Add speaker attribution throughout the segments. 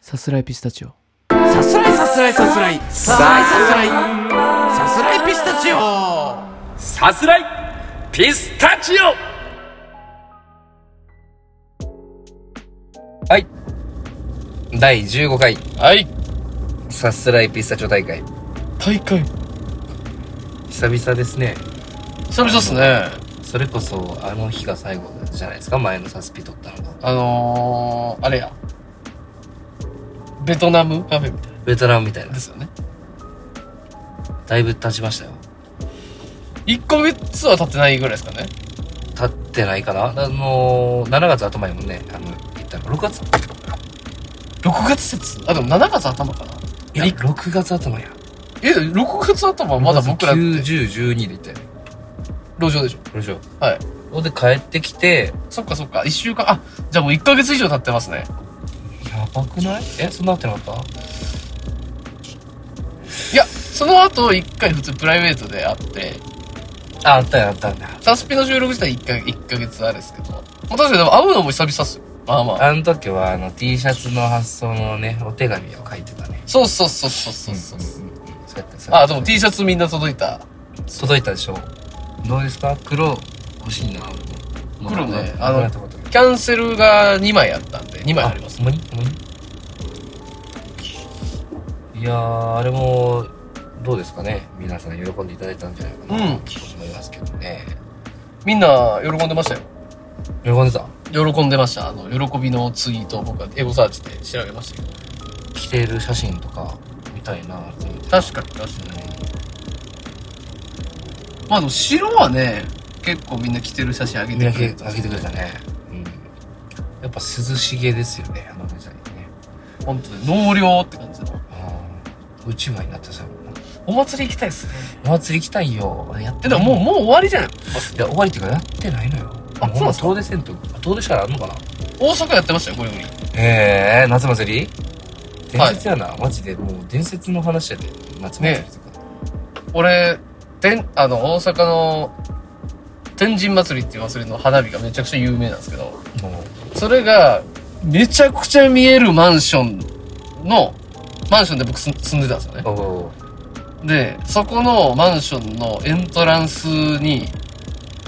Speaker 1: さすらいピスタチオ
Speaker 2: さすらいさすらいさすらいさすらいさすらいさすらいピスタチオ
Speaker 3: さすらいピスタチオ
Speaker 4: はい。第15回、
Speaker 3: はい
Speaker 4: さすらいピスタチオ大会。
Speaker 3: 大会
Speaker 4: 久々ですね。
Speaker 3: 久々っすね
Speaker 4: それこそ、あの日が最後じゃないですか、前のサスピ撮ったのが。
Speaker 3: あのー、あれやベトナムカフェみたい
Speaker 4: ベトナムみたい
Speaker 3: な
Speaker 4: な
Speaker 3: で。すよね
Speaker 4: だいぶ経ちましたよ。
Speaker 3: 1ヶ月は経ってないぐらいですかね
Speaker 4: 経ってないかなあのー、7月頭にもね、あの、行ったの。6月
Speaker 3: 6月節あでも7月頭かない
Speaker 4: や、6月頭や。
Speaker 3: え6月頭はまだ僕らって
Speaker 4: 9、10、12で行ったよね。
Speaker 3: 路上でしょ
Speaker 4: これでしょ。
Speaker 3: はい
Speaker 4: ほんで帰ってきて、
Speaker 3: そっかそっか1週間あじゃあもう1ヶ月以上経ってますね
Speaker 4: やばくないえ、そんなってなかっ
Speaker 3: いやその後1回普通プライベートで会って
Speaker 4: たあ、あったよ、あったんだ。
Speaker 3: サスピの収録自体1か1ヶ月あれですけど。もう確かにでも会うのも久々っすよ。まあまあ。
Speaker 4: あの時は、あの、T シャツの発送のね、お手紙を書いてたね。
Speaker 3: そうそうそうそうそうそう。
Speaker 4: そうやってそうや
Speaker 3: あ、
Speaker 4: って
Speaker 3: でも T シャツみんな届いた。
Speaker 4: 届いたでしょどうですか黒欲しいな
Speaker 3: 黒ね
Speaker 4: あ
Speaker 3: あ
Speaker 4: の
Speaker 3: の
Speaker 4: なくなった
Speaker 3: キャンセルが2枚あったんで、2枚
Speaker 4: あ
Speaker 3: あります。
Speaker 4: ほんまにほんまにいやーあれもどうですかね皆さん喜んでいただいたんじゃないかな
Speaker 3: うん
Speaker 4: と思いますけどね
Speaker 3: みんな喜んでましたよ。
Speaker 4: 喜んでた
Speaker 3: 喜んでました。あの、喜びのツイートを僕はエゴサーチで調べましたけど。
Speaker 4: 着てる写真とか見たいなと思って
Speaker 3: 確かに確かに。まあでも白はね、結構みんな着てる写真あげ
Speaker 4: みん
Speaker 3: て
Speaker 4: な
Speaker 3: くれ
Speaker 4: け
Speaker 3: た。
Speaker 4: あげてくれたねうんやっぱ涼しげですよねあのデザインね
Speaker 3: 本当に納涼って感じの。
Speaker 4: うんうちわになってさ
Speaker 3: お祭り行きたいっすね。
Speaker 4: お祭り行きたいよやって
Speaker 3: え、
Speaker 4: な
Speaker 3: で
Speaker 4: い
Speaker 3: ももう、もう終わりじゃない
Speaker 4: いや、終わりっていうか、やってないのよ。
Speaker 3: あそうなんですか
Speaker 4: 遠出せんと。遠出したらあんのかな
Speaker 3: 大阪やってましたよ、これより。
Speaker 4: ええー、夏祭り伝説やな、マジで。もう伝説の話やで、夏祭りとか。
Speaker 3: 俺、てん、あの、大阪の、天神祭りっていう祭りの花火がめちゃくちゃ有名なんですけど、
Speaker 4: も
Speaker 3: それが、めちゃくちゃ見えるマンションの、マンションで僕住ん住んでたんですよね
Speaker 4: う、。お
Speaker 3: で、そこのマンションのエントランスに、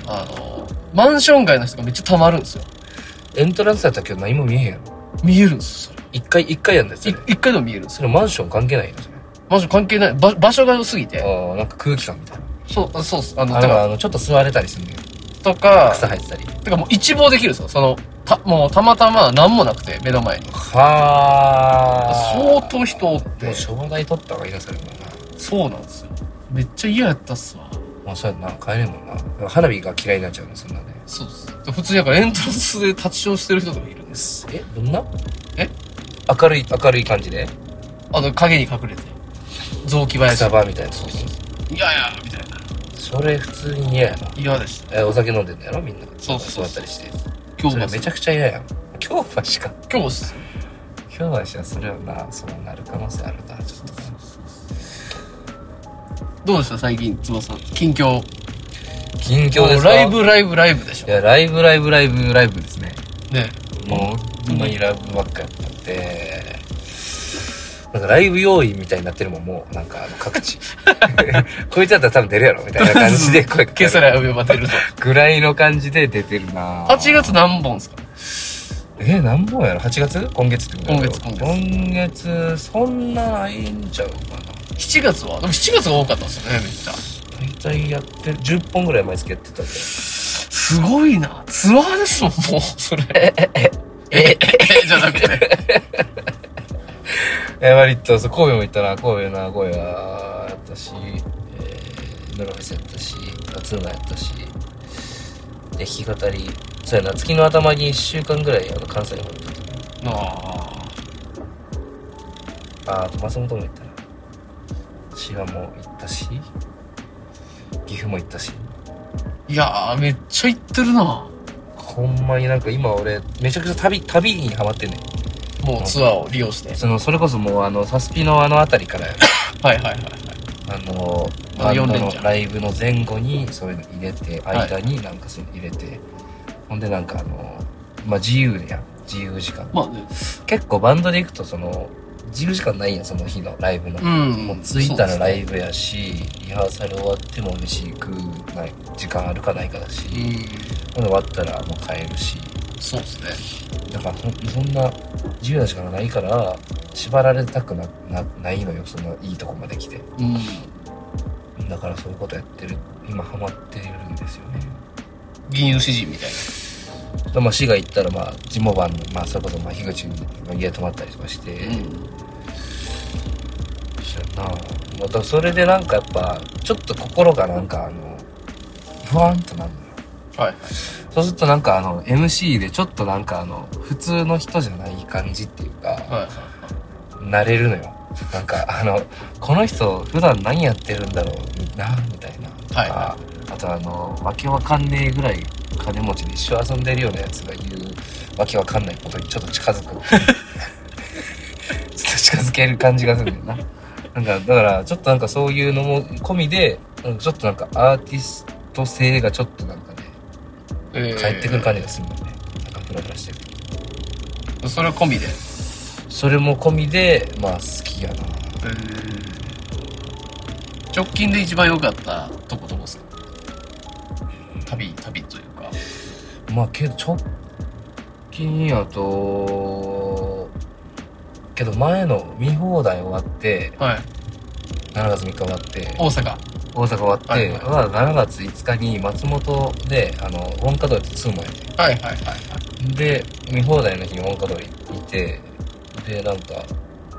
Speaker 3: あの、マンション街の人がめっちゃ溜まるんですよ。
Speaker 4: エントランスやったけど何も見えへんやろ。
Speaker 3: 見えるんですよ、
Speaker 4: 一回、一回やんだよ、そ
Speaker 3: それ
Speaker 4: れ。。
Speaker 3: い一回でも見えるんですよ。
Speaker 4: それマンション関係ないよ、それ。
Speaker 3: マンション関係ない、場場所が良すぎて。
Speaker 4: ああ、なんか空気感みたいな。
Speaker 3: そう、あそうっす。あの、
Speaker 4: あ
Speaker 3: だ
Speaker 4: だか
Speaker 3: か
Speaker 4: ら、
Speaker 3: ら
Speaker 4: あの、ちょっと座れたりするんだよ。
Speaker 3: とか、
Speaker 4: 草生えてたり。
Speaker 3: てかもう一望できるんですよ。その、た、もうたまたま何もなくて、目の前に。
Speaker 4: は
Speaker 3: 相当人おっ
Speaker 4: も
Speaker 3: て
Speaker 4: う、。障害取った方がいいな、それもな。
Speaker 3: そうなんですよ。めっちゃ嫌やったっすわ。
Speaker 4: まあ、そうやな、帰れんもんな。花火が嫌いになっちゃうね、そんなんで。
Speaker 3: そうっす。で普通になんかエントランスで立ちションしてる人とかいるんです。
Speaker 4: え、どんな
Speaker 3: え
Speaker 4: 明るい、明るい感じで
Speaker 3: あの、影に隠れて。雑木林。
Speaker 4: 草場みたいな
Speaker 3: そうそうそう。いやいや、みたいな。
Speaker 4: それ普通に嫌やな
Speaker 3: 嫌でした。
Speaker 4: えお酒飲んでんだやろみんな
Speaker 3: そうそうそう
Speaker 4: 座ったりしてそ
Speaker 3: 今日
Speaker 4: れ
Speaker 3: も、
Speaker 4: めちゃくちゃ嫌やん京橋か
Speaker 3: 今日っす。
Speaker 4: 京橋はそれはなそうなる可能性あるなちょっとな
Speaker 3: どうでした最近、つばさん。近況。
Speaker 4: 近況ですか
Speaker 3: ライブ、ライブ、ライブでしょ
Speaker 4: い。やライブライブライブライブですね
Speaker 3: ね。
Speaker 4: もうほんまにライブばっかやったんでなんかライブ用意みたいになってるもんもうなんかあの各 地こいつだったら多分出るやろみたいな感じで声 かけ
Speaker 3: ケセ
Speaker 4: る
Speaker 3: ラ呼ばれてると。
Speaker 4: ぐらいの感じで出てるな
Speaker 3: 8月何本っすか
Speaker 4: えー、何本やろ ?8 月今月ってことやろ
Speaker 3: 今月今月
Speaker 4: 今月、そんなないんちゃうかな。
Speaker 3: ?7 月はでも7月が多かったっすよね、めっちゃ。
Speaker 4: 大体やってる、10本ぐらい毎月やってたんで。
Speaker 3: すごいな。ツアーですもん、もう、それ。え、え、え、え、じゃなくて。
Speaker 4: えー、割と、そう、神戸も行ったな、神戸名古屋やったし、えー、ノロフェスやったし、松浦やったし、で、弾き語り、そうやな、月の頭に1週間ぐらい、あの、関西の方に行っ
Speaker 3: なあ。
Speaker 4: た。あー、あと松本も行ったな。滋賀も行ったし、岐阜も行ったし。
Speaker 3: いやー、めっちゃ行ってるな。も
Speaker 4: ほんまになんか今俺、めちゃくちゃ旅、旅にハマってんねん。
Speaker 3: うツアーを利用して。
Speaker 4: そのそれこそもうあのサスピのあの辺りからやね
Speaker 3: はいはいはいはい。
Speaker 4: あの
Speaker 3: あ
Speaker 4: バンド
Speaker 3: 四連
Speaker 4: の
Speaker 3: チャン
Speaker 4: ライブの前後にそういうの入れて間になんかそういうの入れて、ほんでなんかあのまあ自由やん自由時間。
Speaker 3: まあね。
Speaker 4: 結構バンドで行くと、その、自由時間ないやん、その日のライブの。
Speaker 3: うん。
Speaker 4: もう着いたらラ
Speaker 3: ブ。
Speaker 4: イブやし、リハーサル終わっても飯行く、ない、時間あるかないかだし、
Speaker 3: うん。
Speaker 4: 終わったらもう帰るし、
Speaker 3: そうですね。
Speaker 4: だからそそんな自由な時間がないから、縛られたくな、な、ないのよ、そのいいとこまで来て。
Speaker 3: うん。
Speaker 4: だからそういうことやってる、今ハマってるんですよね。
Speaker 3: 銀融詩人みたい
Speaker 4: でまあ、市が行ったら、まあ、地元版の、まあ、それこそ、まあ、樋口に家泊まったりとかして、
Speaker 3: な。うん。
Speaker 4: そうやなまたそれでなんかやっぱ、ちょっと心がなんか、あの、不安となるのよ。
Speaker 3: はい。
Speaker 4: そうするとなんかあの、MC でちょっとなんかあの、普通の人じゃない感じっていうか、
Speaker 3: はい。
Speaker 4: 慣れるのよ。なんかあの、この人普段何やってるんだろうな、みたいな。
Speaker 3: はい
Speaker 4: ああとあの、わけわかんねえぐらい金持ちで一生遊んでるようなやつが言う、わけわかんないことにちょっと 近づく。ちょっと近づける感じがするんだよな。なんか、だから、ちょっとなんかそういうのも込みで、なんかちょっとなんかアーティスト性がちょっとなんかね、
Speaker 3: え
Speaker 4: 帰ってくる感じがするもんね。なんかフラフラしてる。
Speaker 3: じ。それ込みで。
Speaker 4: それも込みで、まあ好きやな。
Speaker 3: 直近で一番良かったとこどこですか旅、旅というか。
Speaker 4: まあけど直近やと、けど前の見放題終わって、
Speaker 3: はい。
Speaker 4: 7月3日終わって、
Speaker 3: 大阪。
Speaker 4: 大阪終わって、
Speaker 3: はいはい
Speaker 4: は7月5日に松本で、あの、ウォンカ通りとツーマンやって
Speaker 3: はいはいはい。
Speaker 4: で、見放題の日に音楽通りいて、で、なんか、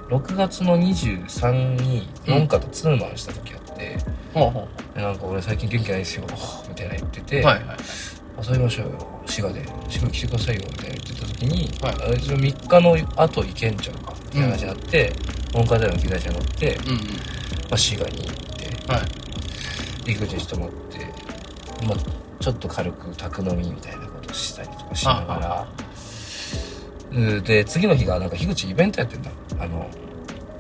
Speaker 4: 6月の23に、
Speaker 3: うん
Speaker 4: 音楽とツーマンした時あって、
Speaker 3: ほうほうほ
Speaker 4: でなんか俺最近元気ないですよ、みたいな言って
Speaker 3: う。
Speaker 4: て、
Speaker 3: はいはい。
Speaker 4: 遊びましょうよ、滋賀で、滋賀来てくださいよ、みたいな言ってた時に、
Speaker 3: はい
Speaker 4: あいつ3日の後行けんちゃうか、って話になって、音楽通りの機材車乗って、
Speaker 3: うんうん。
Speaker 4: まあ、滋賀に行って、
Speaker 3: はい。
Speaker 4: 陸口に泊まって、まあ、ちょっと軽く宅飲みみたいなことしたりとかしながら、うんで、次の日が、なんか、樋口イベントやってんだ。あの、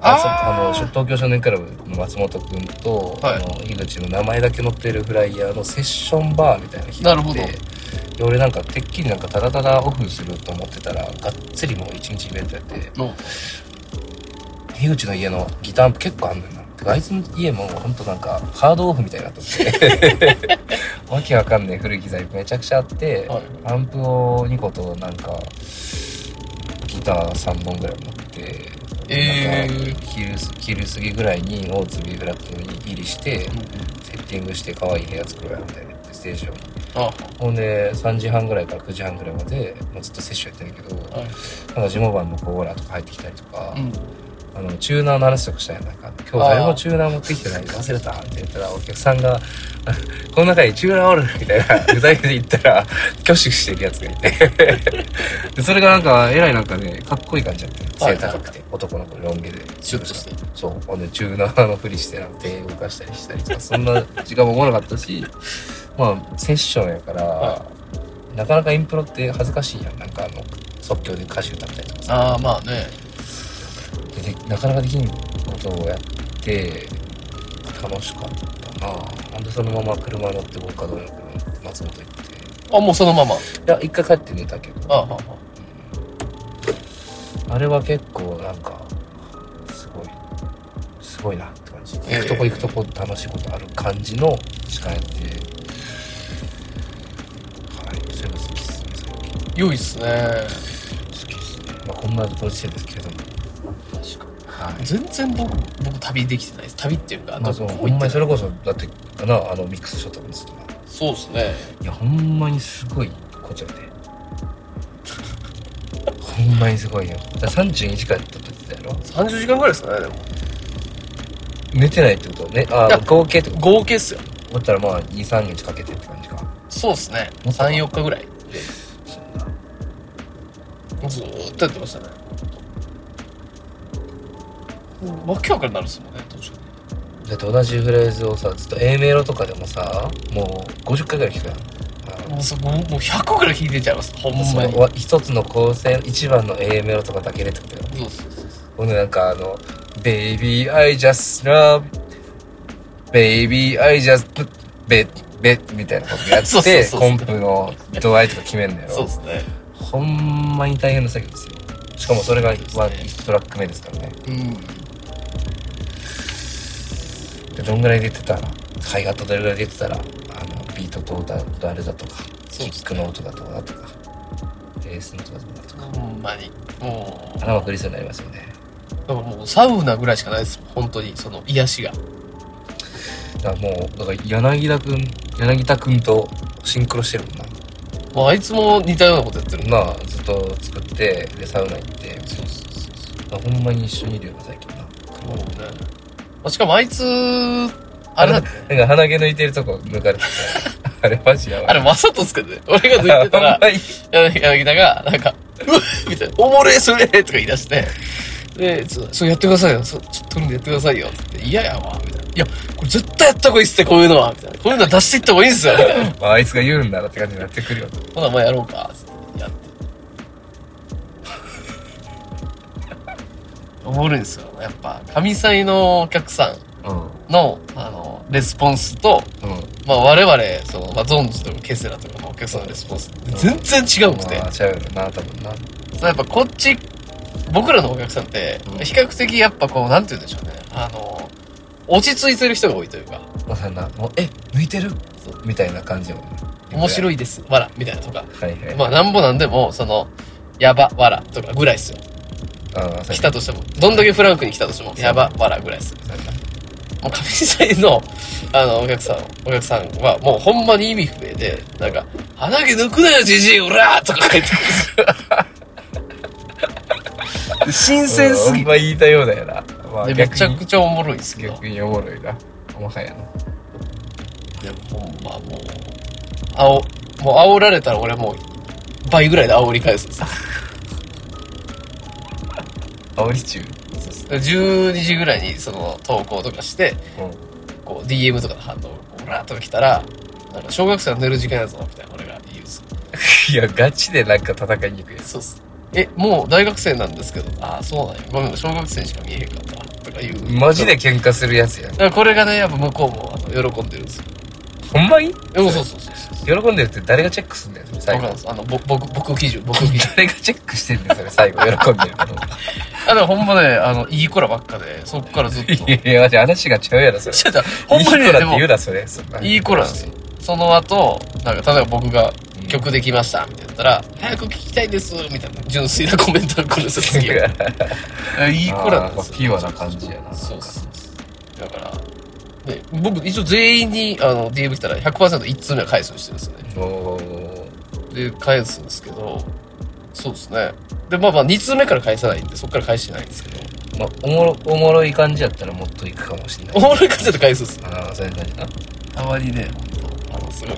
Speaker 3: あー
Speaker 4: あそうあの、東京少年クラブの松本くんと、
Speaker 3: はい
Speaker 4: あの、樋口の名前だけ載ってるフライヤーのセッションバーみたいな日
Speaker 3: なるほど
Speaker 4: で、で俺なんか、てっきりなんか、ただただオフすると思ってたら、がっつりもう一日イベントやって、
Speaker 3: の、
Speaker 4: 樋口の家のギターアンプ結構あんねんな。てかあいつの家もほんとなんかハードオフみたいになっとって。わけわかんねえ古い機材めちゃくちゃあって、
Speaker 3: はい
Speaker 4: アンプを2個となんかギター3本ぐらい持って、
Speaker 3: えー
Speaker 4: なんか昼す昼過ぎぐらいに大粒フラットに入りして、セッティングして可愛い部屋作ろうやみたいなってステージを。
Speaker 3: あ、は
Speaker 4: ほんで3時半ぐらいから9時半ぐらいまでもうずっとセッションやってんだけど、
Speaker 3: い。
Speaker 4: なんかジモバンのコーラとか入ってきたりとか、
Speaker 3: うん。
Speaker 4: あの、チューナーの話とかしたやん。なんか、今日誰もチューナー持ってきてない。忘れたって言ったら、お客さんが、 この中にチューナーおるみたいな、ふざけて言ったら、挙手してるやつがいて。 でそれがなんか、えらいなんかね、かっこいい感じだった
Speaker 3: は
Speaker 4: よ。
Speaker 3: い
Speaker 4: 背高くて、男の子ロン毛で。
Speaker 3: シュッとして。
Speaker 4: そう。ほんで、チューナーのふりして、なんか手動かしたりしたりとか、そんな時間もおもろかったし、まあ、セッションやから、
Speaker 3: は
Speaker 4: なかなかインプロって恥ずかしいやん。なんかあの、即興で歌詞歌ったりとかさ。
Speaker 3: ああ、まあね。
Speaker 4: ででなかなかできんことをやって楽しかったなぁほんでそのまま車乗って僕はどうの車乗って松本行って
Speaker 3: あ、もうそのまま。
Speaker 4: いや一回帰って寝たけど
Speaker 3: あはは
Speaker 4: あれは結構なんかすごいすごいなって感じ
Speaker 3: ええ
Speaker 4: 行くとこ行くとこ楽しいことある感じの時間やってはいそれが好きっすね最近
Speaker 3: 良いっすね。
Speaker 4: 好きっすねまあこんなご時世ですけれども
Speaker 3: 確か
Speaker 4: はい
Speaker 3: に。全然僕、僕旅できてないです。旅っていうか、
Speaker 4: まあ、
Speaker 3: ど
Speaker 4: そ
Speaker 3: こ
Speaker 4: う
Speaker 3: も
Speaker 4: ほ
Speaker 3: 行
Speaker 4: んまに
Speaker 3: ってない
Speaker 4: それこそだってなあのミックスショットのやつとか
Speaker 3: そうっすね。
Speaker 4: いや、ほんまにすごいことやね。ほんまにすごいよ。だから32時間やったって言ってたやろ
Speaker 3: 30時間ぐらいですかね、でも。
Speaker 4: 寝てないってことね。あ
Speaker 3: いや
Speaker 4: あ、合計ってこと
Speaker 3: 合計っすよ。
Speaker 4: 思ったらまあ、2、3日かけてって感じか。
Speaker 3: そうっすね。
Speaker 4: もっとか
Speaker 3: 3、4日ぐらい。
Speaker 4: そんな。
Speaker 3: ずーっとやってましたね。もうわけわからんなるっすもんね、途中で。
Speaker 4: だって同じフレーズをさ、ずっと A メロとかでもさ、もう50回ぐらい聞くやん。あ
Speaker 3: もうそこ、もう100個ぐらい聞いてちゃいます。ほんま
Speaker 4: の
Speaker 3: に。
Speaker 4: そ
Speaker 3: そう
Speaker 4: のわ一つの構成、一番の A メロとかだけでってことよ。
Speaker 3: そうそうそう。
Speaker 4: ほんでなんかあの、Baby, I just love, Baby, I just, bet, bet みたいなことやって、
Speaker 3: そうそうそうそう
Speaker 4: コンプの度合いとか決めんだよ。
Speaker 3: そうですね。
Speaker 4: ほんまに大変な作業ですよしかもそれが
Speaker 3: そう
Speaker 4: ワン
Speaker 3: です
Speaker 4: 1トラック目ですからね
Speaker 3: うん。
Speaker 4: でどんぐらい出てたら海岸とどれぐらい出てたらあのビートと歌とあれだとか、
Speaker 3: そ
Speaker 4: キ
Speaker 3: うです
Speaker 4: ッ
Speaker 3: ね
Speaker 4: クの音だとかだとかベースの音だとかだとか
Speaker 3: ほんまに。もう、だ
Speaker 4: 頭が振りそうになりますよね
Speaker 3: からもうサウナぐらいしかないです。本当に、その癒しが。
Speaker 4: だからもうだから柳田君柳田君とシンクロしてるもんな
Speaker 3: もうあいつも似たようなことやってるな。
Speaker 4: なあずっと作ってでサウナ行って
Speaker 3: そうそうそうそ
Speaker 4: ま
Speaker 3: う。
Speaker 4: あほんまに一緒にいるよな最近な
Speaker 3: もうね。まあしかもあいつ、あれ
Speaker 4: なん
Speaker 3: だ、
Speaker 4: か鼻毛抜いてるとこ抜かれててあれマジやばい
Speaker 3: あれわざとつけてね、俺が抜いて た
Speaker 4: ほん
Speaker 3: ら、
Speaker 4: まに
Speaker 3: 柳柳田が、なんか、うわみたいな、おもれえそれとか言い出して、で、そそうやってくださいよ、そうちょっと撮るんでやってくださいよ、って言って、嫌やわ、みたいな。いや、これ絶対やった方がいいっすって、こういうのは、みたいな。こういうのは出していった方がいいんすよ、みたいな。
Speaker 4: まあ、あいつが言うんならって感じになってくるよ
Speaker 3: ほな、まあやろうか、つって、や って。おもろいんですよ。やっぱ、神祭のお客さ
Speaker 4: うんうん
Speaker 3: んの、あの、レスポンスと、まあ我々、その、まあゾンジとかケセラとかのお客さんのレスポンスって全然違うくて。
Speaker 4: まあちゃうよな多分な
Speaker 3: そうやっぱこっち、僕らのお客さんって
Speaker 4: うん、
Speaker 3: 比較的やっぱこう、なんて言うんでしょうね。あの、落ち着いてる人が多いというか、
Speaker 4: まあなもうえ抜いてる
Speaker 3: そう
Speaker 4: みたいな感じやもんね
Speaker 3: 面白
Speaker 4: い
Speaker 3: いです、わら、みたいなとか。
Speaker 4: はいはい
Speaker 3: まあなんぼなんでも、その、やば、わら、とかぐらいっすよ。
Speaker 4: ああ
Speaker 3: 来たとしても。どんだけフランクに来たとしても、やば、わら、ぐらいっすよ。もう神祭の、あの、お客さん、お客さんは、もうほんまに意味不明で、なんか、鼻毛抜くなよ、じじい、おらーとか書いてくるんですよ。
Speaker 4: 新
Speaker 3: 鮮すぎ
Speaker 4: ほんま言いたいようだよなまあ
Speaker 3: でめちゃく
Speaker 4: 逆
Speaker 3: ちゃおもろいんです
Speaker 4: に
Speaker 3: けど。
Speaker 4: 逆におもろいなもはやな
Speaker 3: でもほんまもう、あお、もう煽られたら俺もう、倍ぐらいで煽り返すんですよ。
Speaker 4: 煽り中
Speaker 3: 12時ぐらいにその投稿とかして、
Speaker 4: うん
Speaker 3: こう DM とかの反応がこう、ラーっと来たら、なんか小学生は寝る時間やぞ、みたいな俺が言うんです よ
Speaker 4: いやガチでなんか戦いに行くやつ
Speaker 3: そうっす。え、もう大学生なんですけど、ああ、そうなんや。ごめん、小学生にしか見えへんかったわ。とか言う。
Speaker 4: マジで喧嘩するやつやん
Speaker 3: だからこれがね、やっぱ向こうもあの喜んでるんですよ。
Speaker 4: ほんまに
Speaker 3: でもそうそうそうそう。
Speaker 4: 喜んでるって誰がチェックすんだよそれ最
Speaker 3: わかんな
Speaker 4: 後
Speaker 3: いです。あの、ぼ僕、僕基準、僕基準。
Speaker 4: 誰がチェックしてんだよそれ最後喜んでるかどうか
Speaker 3: あ、でもほんまね、あの、いい子らばっかで、そっからずっと。
Speaker 4: いやマジ話が違うやろそれ
Speaker 3: ちょっと、ほんまに
Speaker 4: いい子だ
Speaker 3: ね、で
Speaker 4: って
Speaker 3: も
Speaker 4: 言う、なそれそんない
Speaker 3: い子なんですよ。その後、なんか、例えば僕が曲できました、みたいな言ったら、早く聞きたいです、みたいな、純粋なコメントが来るんですよ、次いい子らなんですよ。
Speaker 4: ピュアな感じやな
Speaker 3: そうっす。だから、ね、僕、一応全員に、あの、DM 来たら100%一通目は返すようにしてるんですよね。
Speaker 4: おー
Speaker 3: で、返すんですけど、そうですね。で、まあまあ、2通目から返さないんで、そっから返してないんですけど、
Speaker 4: まあおもろおもろい感じやったらもっといくかもしれない
Speaker 3: おもろい感じで返すんですよ。
Speaker 4: ああそういう感じな
Speaker 3: たまにね、本当あの、すごい、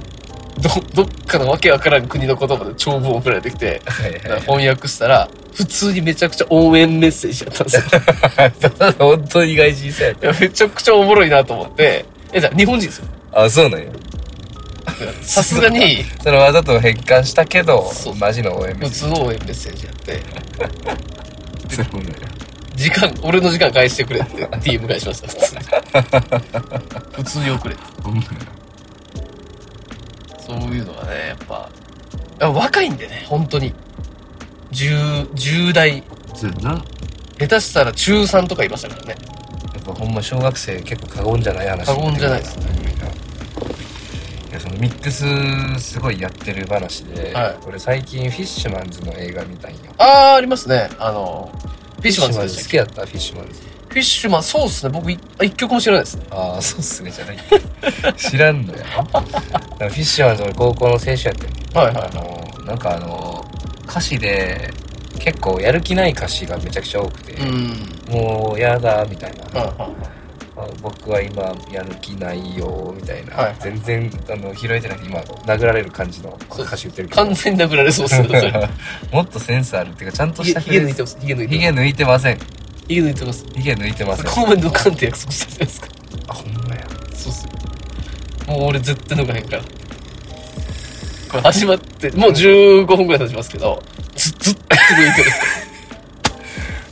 Speaker 3: ど、どっかのわけわからん国の言葉で長文送られてきて、
Speaker 4: はい
Speaker 3: だから翻訳したら、普通にめちゃくちゃ応援メッセージだったんですよ。
Speaker 4: はい本当に意外人さやっ
Speaker 3: いやめちゃくちゃおもろいなと思って、え、じゃあ日本人ですよ。
Speaker 4: たあそうなんや
Speaker 3: さすがに、
Speaker 4: それわざと変換したけど
Speaker 3: そう
Speaker 4: マジの応援メ
Speaker 3: 普
Speaker 4: ッセ
Speaker 3: 通の応援メッセージやって、
Speaker 4: ージそうなんや
Speaker 3: 時間、俺の時間返してくれって DM 返しました、普通に。普通に送れって。
Speaker 4: ほんま
Speaker 3: そういうのがね、やっぱ、やっぱ若いんでね、本当に。10、10代、
Speaker 4: やそうやなや
Speaker 3: 下手したら中3とかいましたからね。
Speaker 4: っぱほんま小学生結構過言じゃない話
Speaker 3: 過言じゃないですね
Speaker 4: いやそのミックスすごいやってる話で、
Speaker 3: はい
Speaker 4: 俺最近フィッシュマンズの映画見たんよ
Speaker 3: あー、ありますね。あの、フィ
Speaker 4: フ
Speaker 3: ッシュマンズでしたっ
Speaker 4: 好
Speaker 3: け
Speaker 4: きやったフィッシュマンズ
Speaker 3: フィッシュマン、そうっすね。僕、いあ一曲も知らないですね。
Speaker 4: ああそうっすねじゃない 知らんのやだからフィッシュマンズ俺高校の選手やってん
Speaker 3: はい
Speaker 4: あのーなんかあのー歌詞で結構やる気ない歌詞がめちゃくちゃ多くて、
Speaker 3: うん。
Speaker 4: もうやだみたいな、
Speaker 3: はいはい
Speaker 4: あ僕は今やる気ないよみたいな、
Speaker 3: はい
Speaker 4: 全然あの拾えてなくて今殴られる感じの
Speaker 3: そう
Speaker 4: 歌詞言ってるけど
Speaker 3: 完全に殴られそうっすね、それ。
Speaker 4: もっとセンスあるっていうかちゃんと
Speaker 3: ひ
Speaker 4: した
Speaker 3: げひげ
Speaker 4: フレ
Speaker 3: 抜
Speaker 4: ー
Speaker 3: いて
Speaker 4: ズ
Speaker 3: ます。ひげ抜い
Speaker 4: ひ
Speaker 3: て
Speaker 4: げ
Speaker 3: ます。
Speaker 4: 抜いてません
Speaker 3: ひげ抜いてます。
Speaker 4: ひげ抜いてません
Speaker 3: この前抜かんって約束したじゃないですか。
Speaker 4: あほんまや
Speaker 3: そうっすよ。もう俺絶対抜かへんから。これ始まって、もう15分ぐらい経ちますけど、ず、ずっと抜いてるんです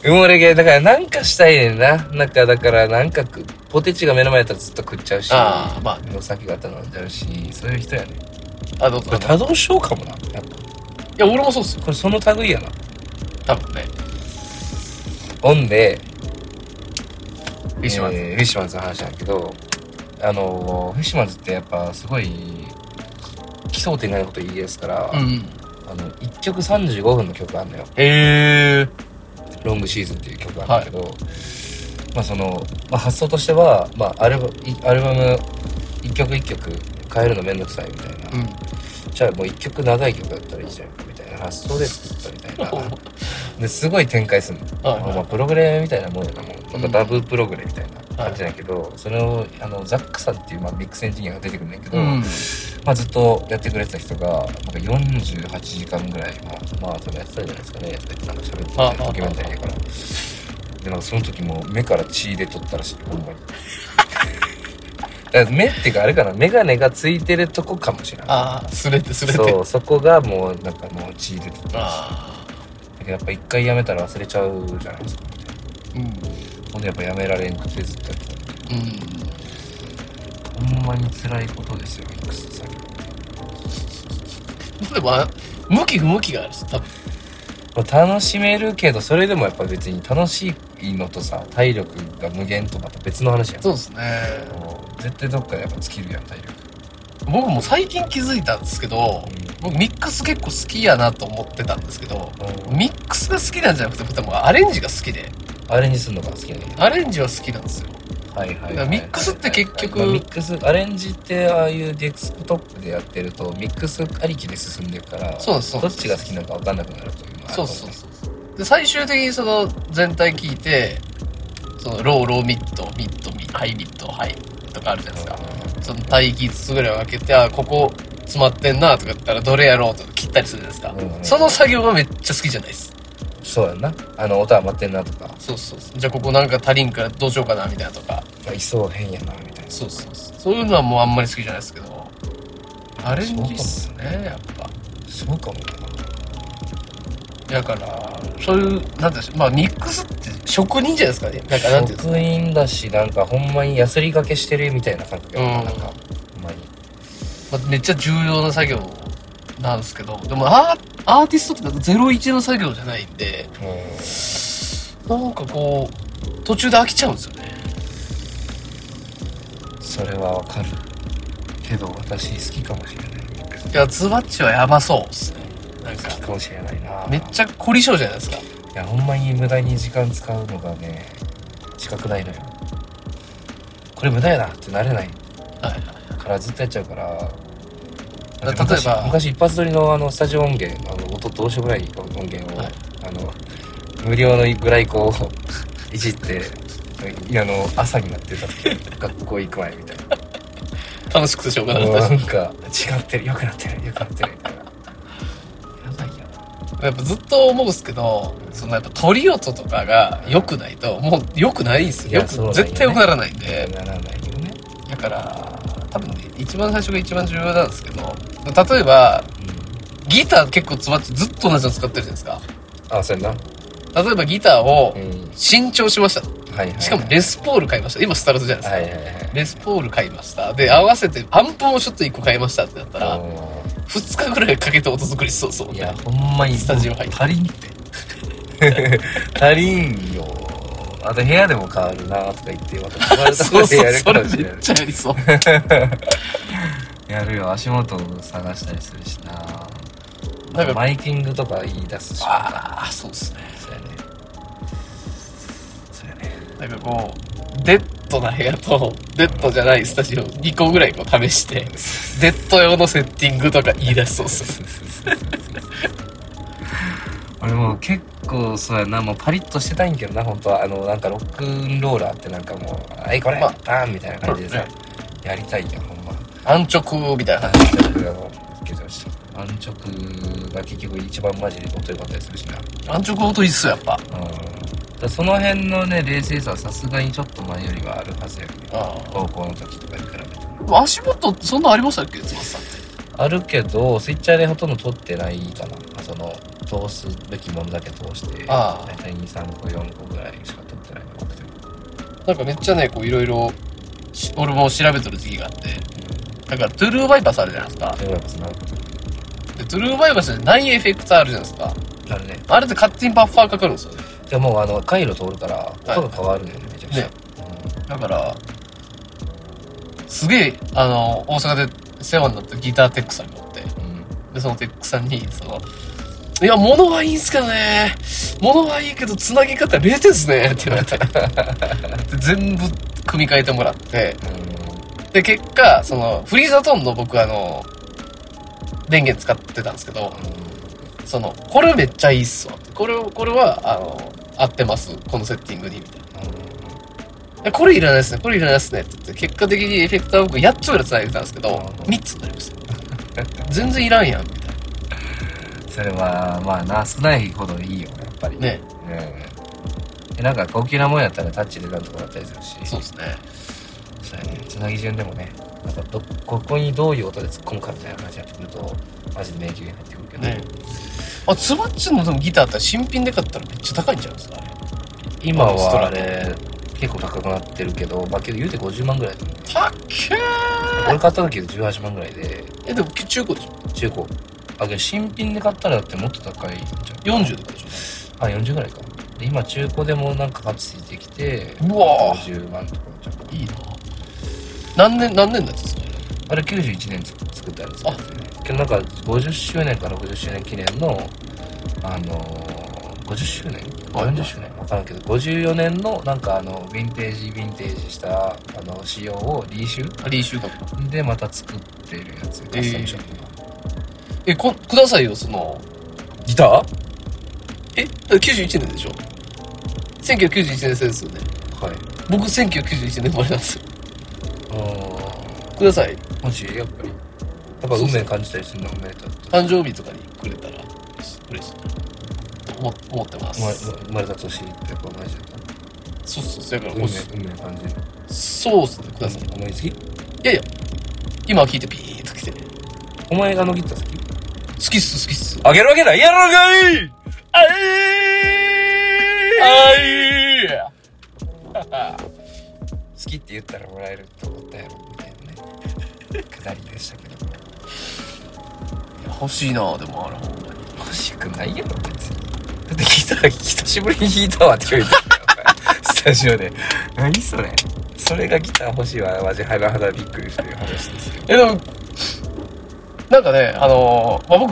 Speaker 4: 埋もれ系だからなんかしたいねんななんかだからなんかくポテチが目の前だったらずっと食っちゃうし
Speaker 3: あーまあね
Speaker 4: お酒が頼んじゃうしそういう人やね
Speaker 3: あの、
Speaker 4: これ多動症かもなやっぱ
Speaker 3: や、俺もそうっすよ。
Speaker 4: これその類やな。
Speaker 3: 多分ね。
Speaker 4: ほんで、
Speaker 3: フィッシュマンズ。
Speaker 4: えーフィッシュマンズの話なんだけど、あのー、フィッシュマンズってやっぱすごい、奇想天外なこと言いですから、
Speaker 3: うん。
Speaker 4: あの、1曲35分の曲あんのよ。
Speaker 3: へえ。
Speaker 4: ロングシーズンっていう曲なんだけど、まあその、まあ、発想としては、まあアルバいアルバム一曲一曲変えるのめんどくさいみたいな、
Speaker 3: うん。
Speaker 4: じゃあもう一曲長い曲だったらいいじゃんみたいな発想で作ったみたい なですごい展開するの、
Speaker 3: はいはい
Speaker 4: まあ、プログレみたいなもんだなもうなんか
Speaker 3: うん
Speaker 4: ダブルプログレみたいな感じだけど、それをあのザックさんっていう、まあ、ミックスエンジニアが出てくるんだけど、
Speaker 3: うん。
Speaker 4: まあ、ずっとやってくれてた人がなんか48時間ぐらい、まあ、まあ、それやってたんじゃないですかねとか言ってなんか喋って
Speaker 3: ああ
Speaker 4: てドキュメンタリーだからでなんかその時もう目から血で取ったらしいほんま にだから目っていうかあれかな眼鏡がついてるとこかもしれない
Speaker 3: ああ、すれてすれて。
Speaker 4: そうそこがもうなんかもう血で取ったらしい
Speaker 3: あ
Speaker 4: だけどやっぱ一回やめたら忘れちゃうじゃないですか
Speaker 3: あ。うん。
Speaker 4: ほんでやっぱやめられんくてずっとやってた
Speaker 3: うん。
Speaker 4: ほんまに辛いことですよミックス作業
Speaker 3: でも、あ向き不向きがあるっす、多分。
Speaker 4: まあ楽しめるけどそれでもやっぱ別に楽しいのとさ体力が無限とまた別の話やん
Speaker 3: そうですね。
Speaker 4: もう絶対どっかでやっぱ尽きるやん体力
Speaker 3: 僕も最近気づいたんですけど、僕ミックス結構好きやなと思ってたんですけど、ミックスが好きなんじゃなくて、多分アレンジが好きで、
Speaker 4: あれにすんのが好きなんや
Speaker 3: アレンジは好きなんですよ。
Speaker 4: はいはい
Speaker 3: だからミックスって結局
Speaker 4: まあミックスアレンジってああいうデスクトップでやってるとミックスありきで進んでるから
Speaker 3: そうですそう
Speaker 4: ど
Speaker 3: で
Speaker 4: っ
Speaker 3: す
Speaker 4: ちが好きなのか分かんなくなるというのはあるか
Speaker 3: そう
Speaker 4: もね
Speaker 3: そうそう。で、最終的にその全体聞いて、そのロー、ローミッド、ミッド、ミハイミッド、ハイとかあるじゃないですか。その帯域5つぐらい分けて、あ、ここ詰まってんなとか言ったらどれやろうとか切ったりするじゃないですか。
Speaker 4: うん
Speaker 3: その作業がめっちゃ好きじゃないです。
Speaker 4: そうやんなあの音余ってんなとか
Speaker 3: そうそうそう。じゃあここなんか足りんからどうしようかなみたいなとか。
Speaker 4: あいそう変やなみたいな
Speaker 3: そうそうそう。そういうのはもうあんまり好きじゃないですけど。アレンジっすね、やっぱ。
Speaker 4: そうかもな
Speaker 3: だから、そういう、なんていうんでしょう。まあミックスって職人じゃないですかね。なんかなんていうんですか。
Speaker 4: 職員だしなんかほんまにやすりがけしてるみたいな感覚やな,、
Speaker 3: うん
Speaker 4: なんかほんまに
Speaker 3: まあ、めっちゃ重要な作業なんですけど、でもアーアーティストってなんか01の作業じゃないんで、なんかこう、途中で飽きちゃうんですよね。
Speaker 4: それはわかるけど私好きかもしれない
Speaker 3: いや、ズバッチはやばそうですね。なんか
Speaker 4: 好、きかもしれないな
Speaker 3: めっちゃ凝り性じゃないですか。
Speaker 4: いやほんまに無駄に時間使うのがね近くないのよこれ無駄やなってなれない
Speaker 3: はい
Speaker 4: からずっとやっちゃうから
Speaker 3: だ
Speaker 4: だって昔
Speaker 3: 例えば
Speaker 4: 昔一発撮りのあのスタジオ音源あの音どうしようもない音源を、
Speaker 3: はい
Speaker 4: あの無料のブライコを いじっていあの朝になってた時学校行く前み たいな
Speaker 3: 楽しくてしょうがな
Speaker 4: も
Speaker 3: か
Speaker 4: うな
Speaker 3: ったし。
Speaker 4: んか違ってる良くなってる良くなってるみたいなやばいよ
Speaker 3: やっぱずっと思うんですけど、そのやっぱ鳥音とかが良くないと、もう良くないんです
Speaker 4: い
Speaker 3: よ。
Speaker 4: や
Speaker 3: よく
Speaker 4: そうなんよね
Speaker 3: 絶対良くならないんで。
Speaker 4: ならないよね、
Speaker 3: だから、多分ね、一番最初が一番重要なんですけど、例えば、ギター結構詰まってずっと同じの使ってるじゃないですか。
Speaker 4: あそうやな
Speaker 3: 例えばギターを
Speaker 4: うん
Speaker 3: 新調しました。
Speaker 4: はいはいはい
Speaker 3: しかもレスポール買いました。今スタルトじゃない
Speaker 4: はい
Speaker 3: ですか。
Speaker 4: はいはい
Speaker 3: レスポール買いました。で、合わせてアンプもちょっと1個買いましたってなったら、
Speaker 4: う
Speaker 3: 2日ぐらいかけて音作りしそうそう。
Speaker 4: んいやほんまに
Speaker 3: スタジオ入って
Speaker 4: 足りんって 足りんよあと部屋でも変わるなとか言ってまた変わるところで
Speaker 3: そうそ
Speaker 4: や
Speaker 3: う、
Speaker 4: る
Speaker 3: そ
Speaker 4: か
Speaker 3: れ
Speaker 4: もしれ
Speaker 3: め
Speaker 4: な
Speaker 3: っ
Speaker 4: い
Speaker 3: ちゃやりそう。
Speaker 4: やるよ足元を探したりするしな
Speaker 3: なんか
Speaker 4: マイキングとか言い出すし
Speaker 3: ああ、そうですね。
Speaker 4: そうやねそうやね
Speaker 3: なんかこう、デッドな部屋と、デッドじゃないスタジオ2個ぐらいこう試 して、デッド用のセッティングとか言い出しそうっす。
Speaker 4: 俺もう結構そうやなもうパリッとしてたいんけどな本当はあのなんかロックンローラーってなんかもう「はいこれ、
Speaker 3: まあ
Speaker 4: バーン!」みたいな感じでさ、
Speaker 3: そう
Speaker 4: やりたいやんほんま
Speaker 3: 安直みたいな。
Speaker 4: 安直が結局一番マジで音良かったりするしな
Speaker 3: 安直音いいっすよ、やっぱ。
Speaker 4: うんだからその辺のね冷静さはさすがにちょっと前よりはあるはずやけど
Speaker 3: あ
Speaker 4: 高校の時とかに比べて
Speaker 3: あ。足元ってそんなありましたっけつばさんって。
Speaker 4: あるけどスイッチャーでほとんど取ってないかなその通すべきものだけ通して
Speaker 3: ああ
Speaker 4: 大体23個4個ぐらいしか取ってないの多くても
Speaker 3: なんかめっちゃね、こういろいろ、し俺も調べとる時期があって、なんかトゥルーバイパスあるじゃないです
Speaker 4: う
Speaker 3: か。
Speaker 4: んそうなんですな
Speaker 3: でトゥルーバイバスじゃないエフェクターあるじゃないですか。
Speaker 4: あるね。
Speaker 3: あれって勝手にバッファーかかるんですよね。
Speaker 4: でもうあの、回路通るから、音が変わるのよね、めちゃくちゃ。
Speaker 3: ねだから、すげえ、あの、大阪で世話になったギターテックさんに乗って、
Speaker 4: うん。
Speaker 3: で、そのテックさんに、その、いや、物はいいんすけどね。物はいいけど、つなぎ方0点っすね。って言われて。で全部組み替えてもらって。で、結果、その、フリーザトーンの僕、あの、電源使ってたんですけど、その、これめっちゃいいっすわ。これ、これは、あの、合ってます。このセッティングに、みたいな。でこれいらないっすね。これいらないっすね。って言って、結果的にエフェクターを僕8つぐらい繋いでたんですけど、3つになりました。全然いらんやん、みたい
Speaker 4: それは、まあな、少ないほどいいよ、やっぱり。
Speaker 3: な。ね。
Speaker 4: うん。で、なんか高級なもんやったらタッチでなんとかなったりするし。
Speaker 3: そうですね。
Speaker 4: そうやね。つなぎ順でもね、なんかど、ここにどういう音で突っ込むかみたいな話になってくると、マジで迷宮に入ってくるけど。
Speaker 3: ね。あ、つばっちのでもギターあったら新品で買ったらめっちゃ高いんちゃうんですかあれ。
Speaker 4: 今
Speaker 3: あのスト
Speaker 4: は
Speaker 3: ラ
Speaker 4: あれ、結構高くなってるけど、まあけど言うて50万ぐらいだと思う。
Speaker 3: たっけー
Speaker 4: 俺買った時18万ぐらいで、
Speaker 3: え、でも中古でしょ
Speaker 4: 中古。あ、けど新品で買ったらだってもっと高いんじゃん。
Speaker 3: ?40 とかでしょ
Speaker 4: あ、40ぐらいか。で、今中古でもなんか価値ついてきて、
Speaker 3: うわ
Speaker 4: 50万とかちょっと。
Speaker 3: いいな何年、何年のやつですか
Speaker 4: あれ91年つ作ったやつですね。けどなんか50周年から60周年記念の、あのー、50周年
Speaker 3: はいはい
Speaker 4: ?40 周年わからんけど、54年のなんかあの、ヴィンテージ、ヴィンテージした、あの、仕様をリーシュ
Speaker 3: あリーシューか
Speaker 4: でまた作ってるやつ。カスタムショップの。
Speaker 3: え、こ、くださいよ、その、
Speaker 4: ギター
Speaker 3: え、だから91年でしょ ?1991 年生ですよね。
Speaker 4: はい。
Speaker 3: 僕1991年生まれなんですよ。
Speaker 4: あ
Speaker 3: ください。
Speaker 4: ー、もし、やっぱり。やっぱ運命感じたりするのおめでとうと。
Speaker 3: 誕生日とかにくれたら、嬉しいな。と思思ってま
Speaker 4: 生まれ
Speaker 3: す。
Speaker 4: 生まれた年ってやっぱ同じだった。
Speaker 3: そうそうそう、だから
Speaker 4: 運
Speaker 3: も
Speaker 4: 命
Speaker 3: し、、
Speaker 4: 運命感じる。
Speaker 3: そうっすね、ください。
Speaker 4: お前好き
Speaker 3: 今聞いてピーンと来て。好
Speaker 4: お前があのギター好き
Speaker 3: きっす、好きっす。
Speaker 4: あげるわけないやろがい
Speaker 3: あいあ
Speaker 4: 好きって言ったらもらえると思ったやろみたいなねくだりでしたけど
Speaker 3: いや欲しいなでもあれ、ほんまに。
Speaker 4: 欲しくないやろ別にだってギター久しぶりに弾いたわって言われてたよスタジオで何それそれがギター欲しいわマジはだびっくりしてる話ですよ
Speaker 3: え、でも、なんかね、あのーまあ、僕、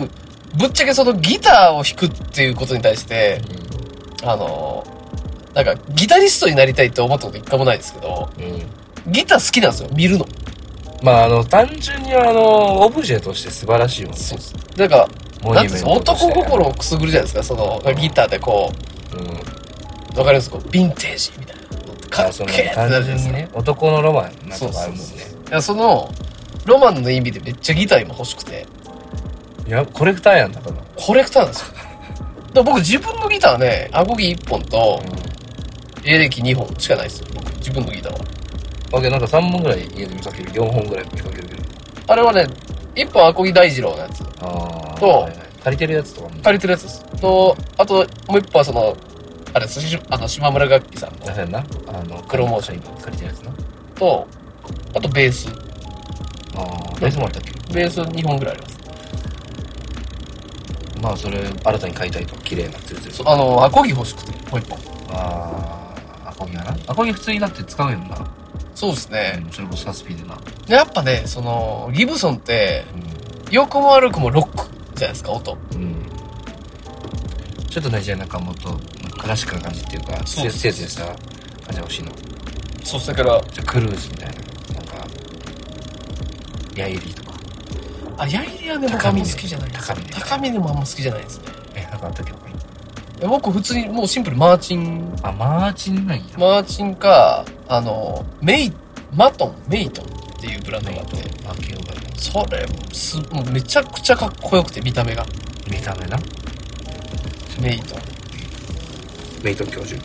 Speaker 3: ぶっちゃけそのギターを弾くっていうことに対して、あのーなんかギタリストになりたいって思ったこと一回もないですけど、
Speaker 4: うん、うん、
Speaker 3: ギター好きなんですよ、見るの。
Speaker 4: まああの単純にあのオブジェとして素晴らしいもんね
Speaker 3: そうなんか、
Speaker 4: モ
Speaker 3: なん
Speaker 4: ニュ
Speaker 3: てい
Speaker 4: メ
Speaker 3: う
Speaker 4: ン
Speaker 3: ん
Speaker 4: トと
Speaker 3: 男
Speaker 4: して
Speaker 3: 心をくすぐるじゃないですか、その、
Speaker 4: うん
Speaker 3: ギターでこ
Speaker 4: うん
Speaker 3: う、わかりますこう、ヴィンテージみたいな。か
Speaker 4: あ
Speaker 3: っ
Speaker 4: その
Speaker 3: けえって
Speaker 4: 単
Speaker 3: なるじゃない
Speaker 4: 純
Speaker 3: です
Speaker 4: に
Speaker 3: か。
Speaker 4: ね男のロマンなん
Speaker 3: そ
Speaker 4: と
Speaker 3: う
Speaker 4: かあ
Speaker 3: そ
Speaker 4: るも
Speaker 3: う
Speaker 4: んね
Speaker 3: そう。いや、その、ロマンの意味でめっちゃギター今欲しくて、
Speaker 4: いやコレクターやんだから
Speaker 3: コレクターなんですよ。だから僕自分のギターね、アコギ1本と、エレキ2本しかないですよ。僕自分のギターは。
Speaker 4: わけなんか3本ぐらい家で見かける4本ぐらい見かけるけど
Speaker 3: あれはね、1本アコギ大二郎のやつ。
Speaker 4: ああ
Speaker 3: と
Speaker 4: 足りてるやつとかも
Speaker 3: 借りてるやつです。と、あと、もう1本はその、あれです、しあの、島村楽器さんの
Speaker 4: 出。せんなあの
Speaker 3: クロモーション
Speaker 4: ン借りてるやつな
Speaker 3: と、あとベース。
Speaker 4: ああ大丈夫だったっけ
Speaker 3: ベース2本ぐらいあります。
Speaker 4: まあそれ新たに買いたいと綺麗なツルツル
Speaker 3: そうあの、アコギ欲しくて、もう1本。
Speaker 4: ああアコギやなアコギ普通になって使うよな
Speaker 3: そうですね。
Speaker 4: うんそれこそサスピでな
Speaker 3: でやっぱね、その、ギブソンって、
Speaker 4: う
Speaker 3: 良くも悪くもロックじゃないですか、音。
Speaker 4: ん、うん、ちょっとねじゃあなんかもっとなんかクラシックな感じっていうか
Speaker 3: そ
Speaker 4: せ
Speaker 3: う
Speaker 4: せいぜいした感じが欲しいの
Speaker 3: そう、だから、
Speaker 4: じゃあクルーズみたいななんかヤエリとか
Speaker 3: あ、ヤイリアでも
Speaker 4: 高
Speaker 3: あん
Speaker 4: 見
Speaker 3: ま
Speaker 4: ね
Speaker 3: 好きじゃないです。
Speaker 4: 高見ね
Speaker 3: 高見でもあんま好きじゃないですね。
Speaker 4: えなんかあったっけ他に
Speaker 3: いや僕普通にもうシンプルマーチン
Speaker 4: あマーチンなんや
Speaker 3: マーチンか、あの、メイ、マトン、メイトンっていうブランドがあって、
Speaker 4: あけようがない
Speaker 3: それす、もうめちゃくちゃかっこよくて、見た目が。
Speaker 4: 見た目な
Speaker 3: メイトン。
Speaker 4: メイトン教授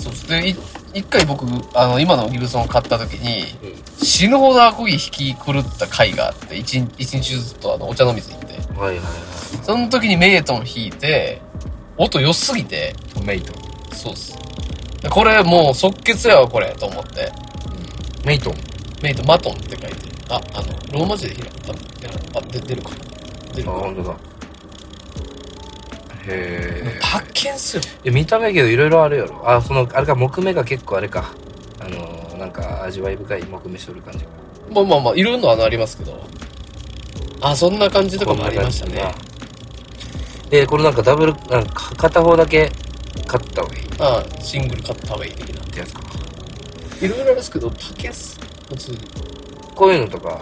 Speaker 3: そうです。で、い一回僕、あの、今のギブソンを買った時に、
Speaker 4: うん
Speaker 3: 死ぬほどアコギ引き狂った回があって、一日一日ずっとあの、お茶の水行って。
Speaker 4: はいはいは
Speaker 3: その時にメイトン弾いて、音良すぎて、
Speaker 4: いメイトン、
Speaker 3: そうっす。でこれもう即決やわ、これ、と思って。
Speaker 4: メイトン
Speaker 3: メイト、マトンって書いてる。あ、あの、ローマ字で開く。あ、いやあで出るかな。出るかな。
Speaker 4: 当だへ
Speaker 3: パッケンっすよ
Speaker 4: え見た目やけどいろいろあるやろあそのあれか木目が結構あれかあのーなんか味わい深い木目しとる感じが
Speaker 3: まあまあまあいろんなのありますけどあそんな感じとかもありましたね
Speaker 4: えーこれなんかダブルなんか片方だけ買った方がいいっ
Speaker 3: ああシングル買った方がいい的な
Speaker 4: てやつか
Speaker 3: いろいろあるんですけどパッケンっす普通に
Speaker 4: こういうのとか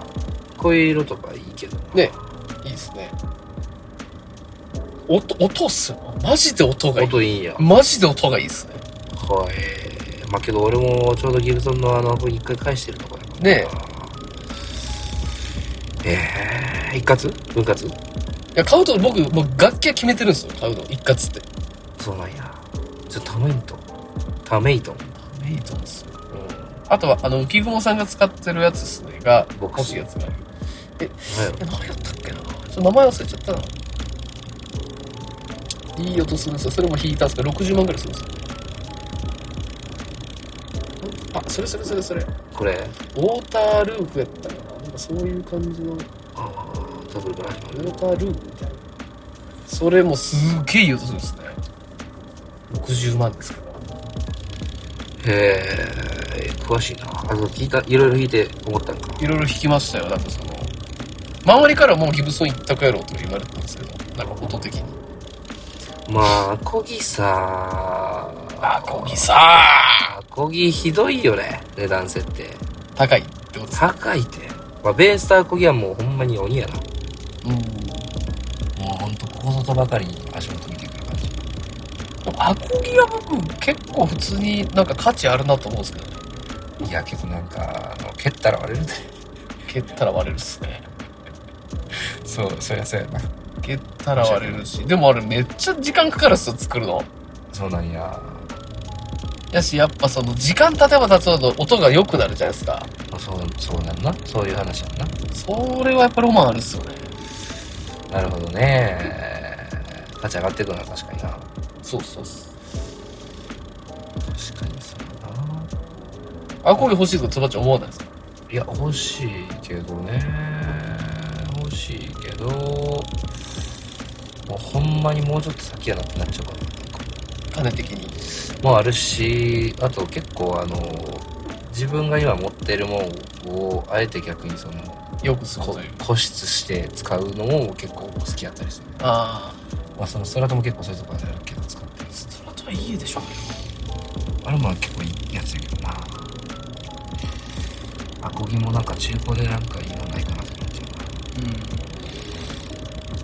Speaker 4: こういう色とかいいけど
Speaker 3: ねいいですね音音っすよマジで音がいい
Speaker 4: 音いいんや
Speaker 3: マジで音がいいっすね
Speaker 4: はいまあけど俺もちょうどギルソンのあのこれ一回返してるとこだから
Speaker 3: ね
Speaker 4: ええー、一括分割
Speaker 3: いや買うと僕もう楽器は決めてるんですよ買うの一括って
Speaker 4: そうなんやちょっとためんとためいと
Speaker 3: メイトンっす
Speaker 4: うん
Speaker 3: あとはあの浮雲さんが使ってるやつっすねが
Speaker 4: ボッ
Speaker 3: 欲
Speaker 4: ク
Speaker 3: し
Speaker 4: ス
Speaker 3: いやつ
Speaker 4: な
Speaker 3: が
Speaker 4: んやろ
Speaker 3: え、何やったっけなちょっと名前忘れちゃったな。いい音するんですよ。それも弾いたんですけど、60万ぐらいするんですよ。あ、それそれそれそれ。ウ
Speaker 4: これ
Speaker 3: ォーターループやったかな。なんかそういう感じの、ウ
Speaker 4: ああダブルから始ま
Speaker 3: ォ
Speaker 4: る
Speaker 3: ーターループみたいな。それもすっげえいい音するんですね。60万ですから。
Speaker 4: へえ詳しいなあそう聞いたいろいろ聞いて思ったんか
Speaker 3: いろいろ弾きましたよ。だってその、周りからもうギブソン一択やろうとか言われてたんですけど、なんか音的に。
Speaker 4: まあコギさ
Speaker 3: あ、コギさー
Speaker 4: あコギひどいよね値段設定
Speaker 3: 高いってことです
Speaker 4: 高いてまあベースターコギはもうほんまに鬼やな
Speaker 3: うん。
Speaker 4: もうほんとここぞとばかりに足元見てくる感じ
Speaker 3: アコギは僕結構普通になんか価値あるなと思うんですけどね
Speaker 4: いやけどなんかあの蹴ったら割れるで
Speaker 3: 蹴ったら割れるっすね
Speaker 4: そうそりゃそうやな
Speaker 3: 蹴ったら割れるしでもあれめっちゃ時間かかるっすよ作るの
Speaker 4: そうなんや
Speaker 3: やしやっぱその時間経てば経つほど音が良くなるじゃないですか
Speaker 4: まあそうそうなんなそういう話やんな
Speaker 3: それはやっぱロマンあるっすよね
Speaker 4: なるほどね価値上がってくるな確かにな
Speaker 3: そうそうそう
Speaker 4: 確かにそうだな
Speaker 3: アコギ欲しいとかつばちゃん思わないですか
Speaker 4: いや欲しいけどね欲しいけどもうほんまにもうちょっと先やなってなっちゃうかな
Speaker 3: 金的に
Speaker 4: もあるしあと結構あの自分が今持ってるもんをあえて逆にその
Speaker 3: よくする
Speaker 4: こと
Speaker 3: いう
Speaker 4: 固執して使うのも結構好きやったりする、
Speaker 3: あ
Speaker 4: まあ、そのストラトも結構そういうとこあるけど使ってる
Speaker 3: あストラトはいいでしょ
Speaker 4: あれも結構いいやつやけどなアコギもなんか中古でなんかいいのないかなと思っちゃうな
Speaker 3: う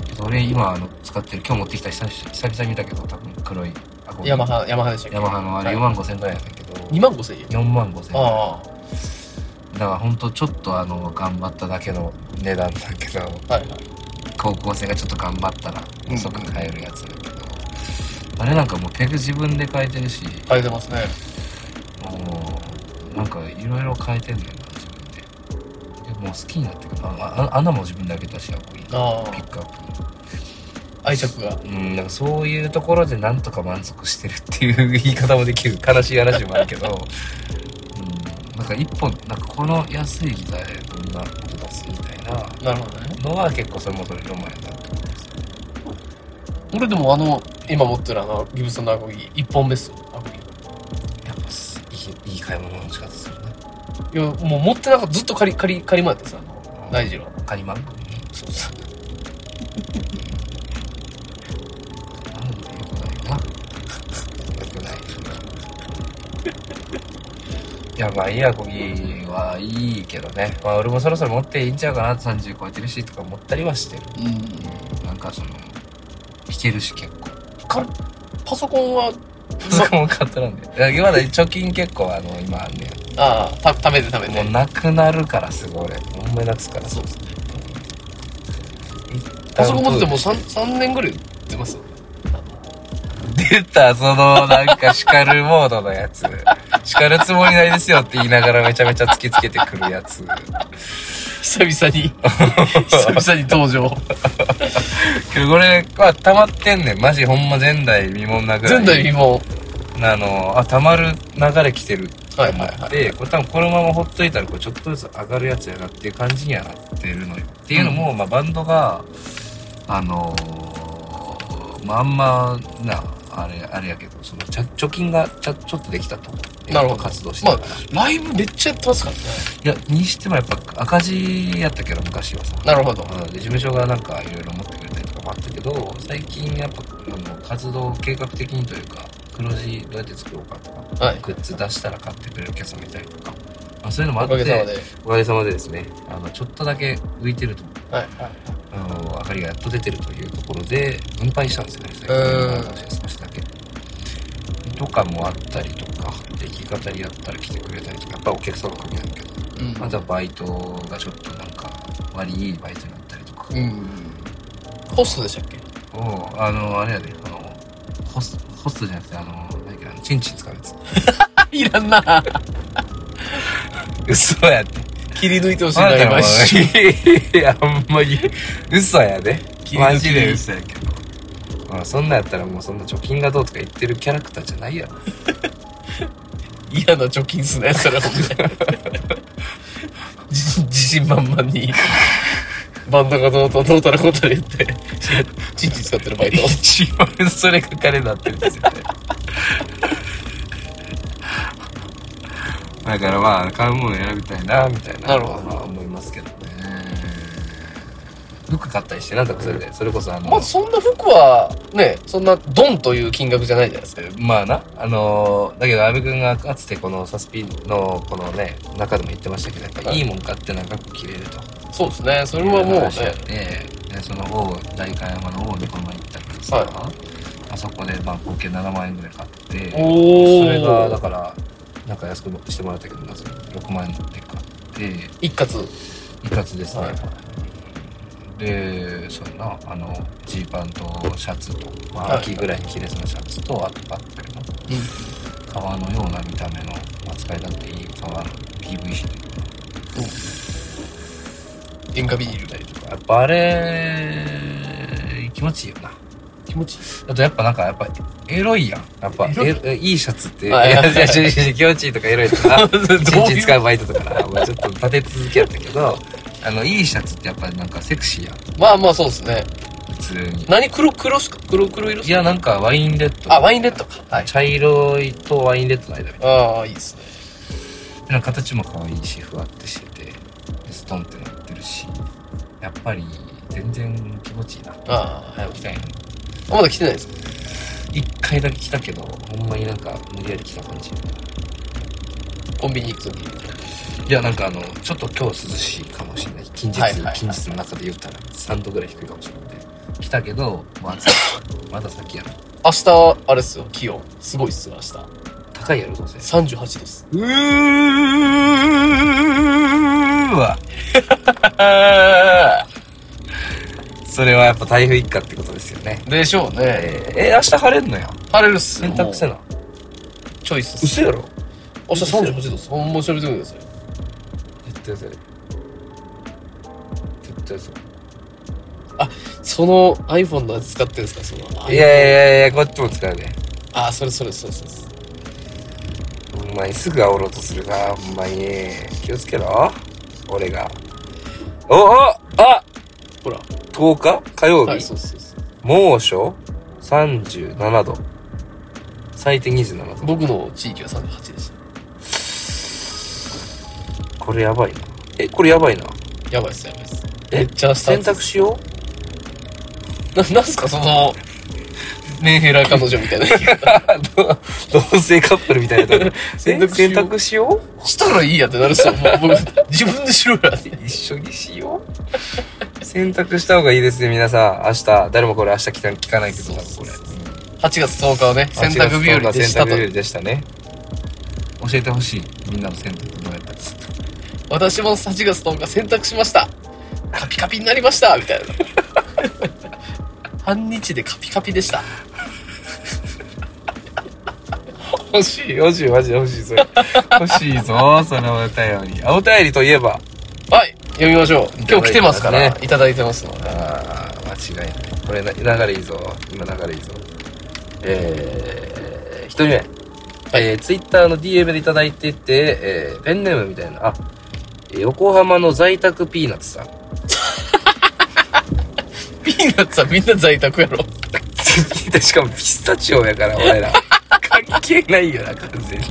Speaker 3: ん
Speaker 4: けど俺今あの使ってる今日持ってきた久々久々に見たけど多分黒いアコギ
Speaker 3: ヤマハヤマハでしたっけ
Speaker 4: ヤマハのあれ4万5千ぐらいやねんけど
Speaker 3: 2万5千円
Speaker 4: 4万5千だか
Speaker 3: あ
Speaker 4: らほんとちょっとあの頑張っただけの値段だけど
Speaker 3: あはいはい
Speaker 4: 高校生がちょっと頑張ったら即
Speaker 3: うん
Speaker 4: 買えるやつだけど、あれなんかもうペグ自分で変えてるし
Speaker 3: 変えてますね
Speaker 4: もうなんかいろいろ変えてんだよな自分ででもう好きになってくるああ穴も自分で開けたしアコギピ
Speaker 3: あ
Speaker 4: ックアップ
Speaker 3: あ愛着が
Speaker 4: うん、なんかそういうところでなんとか満足してるっていう言い方もできる悲しい話もあるけ ど、うん、なんか一本なんかこの安いギターでどんな音出すみたいな
Speaker 3: なるほどね
Speaker 4: のは結構それもそれロマンやなって思います
Speaker 3: 俺でもあの今持ってるあのギブソンのアコギ1本目っすよアコ
Speaker 4: やっぱすいいいい買い物の仕方するね
Speaker 3: ギいやもう持ってなかったずっと仮仮仮前やったさ大二郎
Speaker 4: カニマン
Speaker 3: そうそう
Speaker 4: なんでよくないなよくないそれはいやまあいいアコギはいいけどね、まあ、俺もそろそろ持っていいんちゃうかな30超えてるしとか思ったりはしてる
Speaker 3: うん
Speaker 4: なんかその、弾けるし結構。
Speaker 3: パソコンは
Speaker 4: 僕も買ったなんで。いや今だ貯金結構あの、今あんね
Speaker 3: ああた貯めて貯め
Speaker 4: や。もう
Speaker 3: て
Speaker 4: なくなるからすごい俺。ほんまになくすから。
Speaker 3: そうですね
Speaker 4: 一
Speaker 3: パ
Speaker 4: 旦
Speaker 3: ソコン持っててもう 3, 三年ぐらい売ってますよ
Speaker 4: 出た、そのなんか叱るモードのやつ。叱るつもりないですよって言いながらめちゃめちゃ突きつけてくるや つ。
Speaker 3: 久 々に久々に登場
Speaker 4: けどこれは溜まってんねん。マジほんま前代未聞なぐらい。
Speaker 3: 前代未聞
Speaker 4: あの、あ、溜まる流れ来てると思って、
Speaker 3: はいは
Speaker 4: これ多分このままほっといたら、これちょっとずつ上がるやつやなっていう感じにはなってるのよ。っていうのも、まあバンドが、あのーまあ、あんまなあれあれやけどそのちゃ貯金がちゃちょっとできたと
Speaker 3: なるほど
Speaker 4: 活動して
Speaker 3: ま
Speaker 4: た
Speaker 3: あ
Speaker 4: から、
Speaker 3: ライブめっちゃやってますからね。
Speaker 4: いやにしてもやっぱ赤字やったけど昔はさ
Speaker 3: なるほど。
Speaker 4: うんで事務所がなんかいろいろ持ってくれたりとかもあったけど最近やっぱあの活動を計画的にというか黒字どうやって作ろうかとか、
Speaker 3: はい
Speaker 4: グッズ出したら買ってくれるお客さんがいたりとか、まあ、そういうのもあ
Speaker 3: お
Speaker 4: って
Speaker 3: かげさまで。はい
Speaker 4: おかげさまでですねあのちょっとだけ浮いてると
Speaker 3: はい。
Speaker 4: あの明かりがやっと出てるというところで分配したんですよね最
Speaker 3: うん
Speaker 4: 近の少しだけ。とかもあったりとか出来語りやったら来てくれたりとかやっぱお客さんのおかげなんだけど
Speaker 3: うん。
Speaker 4: あとはバイトがちょっとなんか割りいいバイトになったりとか。
Speaker 3: うん。ホストでしたっけ
Speaker 4: おうあの、あれやで、あの、ホスホストじゃなくて、あの、何やっけあの、チンチン使う やつ。
Speaker 3: いらんな。
Speaker 4: 嘘やって。
Speaker 3: 切り抜いてほしい
Speaker 4: あ
Speaker 3: な、
Speaker 4: なた
Speaker 3: 今
Speaker 4: は
Speaker 3: 一瞬。
Speaker 4: いや、あんまり、嘘やで。
Speaker 3: 切り抜き
Speaker 4: マジで嘘やけど。ほら、そんなんやったらもうそんな貯金がどうとか言ってるキャラクターじゃないやろ。
Speaker 3: 嫌な貯金すなやつら ほんで自自信満々にバンドがどうとどうたらこうたら言って チンチン使ってるバイ ト
Speaker 4: 一番それが彼だってるんですよ、ね。だからまあ、買うもの選びたいな、みたいな。
Speaker 3: なるほど
Speaker 4: まあ思いますけどね。服買ったりしてな、だからそれで。それこそあの、
Speaker 3: まあそんな服はねそんなドンという金額じゃないじゃないですか
Speaker 4: まあな、あのーだけど安部君がかつてこのサスピのこのね、中でも言ってましたけど、やっぱ
Speaker 3: はい
Speaker 4: いいもん買って長く着れると。
Speaker 3: そうですねそれはもうね
Speaker 4: 話やって、でその王、代官山の王にこの前行ったけどさ、
Speaker 3: は
Speaker 4: あそこでまあ合計7万円ぐらい買って、
Speaker 3: おお
Speaker 4: それがだから、なんか安くしてもらったけど、夏6万円で買って、
Speaker 3: 一括
Speaker 4: いかつですね。
Speaker 3: はい
Speaker 4: で、そうやな、あの、ジーパンとシャツと、ま
Speaker 3: は
Speaker 4: あ、
Speaker 3: い
Speaker 4: 秋ぐらいに着れそうなシャツと、あとバッグの、革のような見た目の、まあ、使い勝手いい革の PVC という
Speaker 3: 塩化ビニール
Speaker 4: か、やっぱあれ、気持ちいいよな。
Speaker 3: 気持ちいい
Speaker 4: あとやっぱなんか、やっぱ、エロいやん。やっぱ、
Speaker 3: エロい
Speaker 4: えいいシャツって、い
Speaker 3: あ
Speaker 4: やい や、いやいやいや気持ちいいとかエロいと か、
Speaker 3: どういう
Speaker 4: 一日使うバイトとかな、まあちょっと立て続けやったけど、あの、いいシャツってやっぱなんかセクシーやん。
Speaker 3: まあまあそうですね
Speaker 4: 普通に。
Speaker 3: 何黒黒っすか黒黒色っ
Speaker 4: い
Speaker 3: すか
Speaker 4: や、なんかワインレッド。
Speaker 3: あワインレッドかはい
Speaker 4: 茶色いとワインレッドの間みたい
Speaker 3: ああいいですね
Speaker 4: な。なんか形も可愛いし、ふわってしてて、ストンってなってるし、やっぱり全然気持ちいいな。
Speaker 3: ああ
Speaker 4: 早起きたいな。
Speaker 3: まだ来てないです
Speaker 4: 一回だけ来たけど、ほんまになんか無理やり来た感じ。
Speaker 3: コンビニ行く時に
Speaker 4: いや、なんかあの、ちょっと今日涼しいかもしれない。近日、
Speaker 3: はいはいはい
Speaker 4: 近日の中で言ったら3度ぐらい低いかもしれないんで。来たけど、もう暑い。まだ先やな。
Speaker 3: 明日、あれっすよ、気温。すごいっすよ、明日。
Speaker 4: 高いやろ、どうせ。
Speaker 3: 38度っす。
Speaker 4: うー わ。それはやっぱ台風一過ってことですよね。
Speaker 3: でしょうね。
Speaker 4: えー、えー明日晴れんのや。
Speaker 3: 晴れるっす。
Speaker 4: 洗濯せ
Speaker 3: も
Speaker 4: な。
Speaker 3: うチョイスっす。
Speaker 4: 嘘やろ
Speaker 3: 明日38度っす。ほんま調べてください。
Speaker 4: 絶対それ。絶対そ
Speaker 3: その iPhone のやつ使ってるんですかその。
Speaker 4: れ。いやいやいやいや、こっちも使うね。
Speaker 3: あ、それそれそれそれそれ。
Speaker 4: ほんまにすぐ煽ろうとするな、ほんまに。気をつけろ。俺が。おおあ
Speaker 3: ほら。
Speaker 4: !10 日火曜日、
Speaker 3: はい、そうそうそう。
Speaker 4: 猛暑 ?37 度。最低27度。
Speaker 3: 僕の地域は38でし
Speaker 4: これやばいな。え、これやばいな。
Speaker 3: た。やばいっす、やばいっす。
Speaker 4: え
Speaker 3: めっちゃ明日暑い
Speaker 4: 洗
Speaker 3: っす。
Speaker 4: 濯しよ
Speaker 3: な、なんすかその、メンヘラ彼女みた い
Speaker 4: う
Speaker 3: な。
Speaker 4: ど同性カップルみたいな。え 洗
Speaker 3: 洗濯しよう
Speaker 4: 濯しよう
Speaker 3: したらいいやってなるっすよ。もう僕、自分でしろよ。
Speaker 4: 一緒にしよう洗濯した方がいいですね、皆さん。明日、誰もこれ明日聞か聞かないけど、多分これ。
Speaker 3: 8月10日はね、洗濯日和でした
Speaker 4: 洗
Speaker 3: と
Speaker 4: 濯日。和でしたね。教えてほしい。みんなの洗濯どうやったですか
Speaker 3: 私も8月10日洗濯しましたカピカピになりましたみたいな半日でカピカピでした
Speaker 4: 欲しい、欲しい、マジで欲しい、それ。欲しいぞ、そのお便り。お便りといえば。
Speaker 3: はい読みましょう今日来てますから
Speaker 4: いただいてます
Speaker 3: いただいてますので
Speaker 4: ああ、間違いない。これな、流れいいぞ。今流れいいぞ。えー、一人目。えー、ツイッターの DM でいただいてて、えー、ペンネームみたいな。あ、横浜の在宅ピーナッツさん。
Speaker 3: ピーナッツはみんな在宅やろ
Speaker 4: 聞いたしかもピスタチオやから俺ら関係ないよな完全に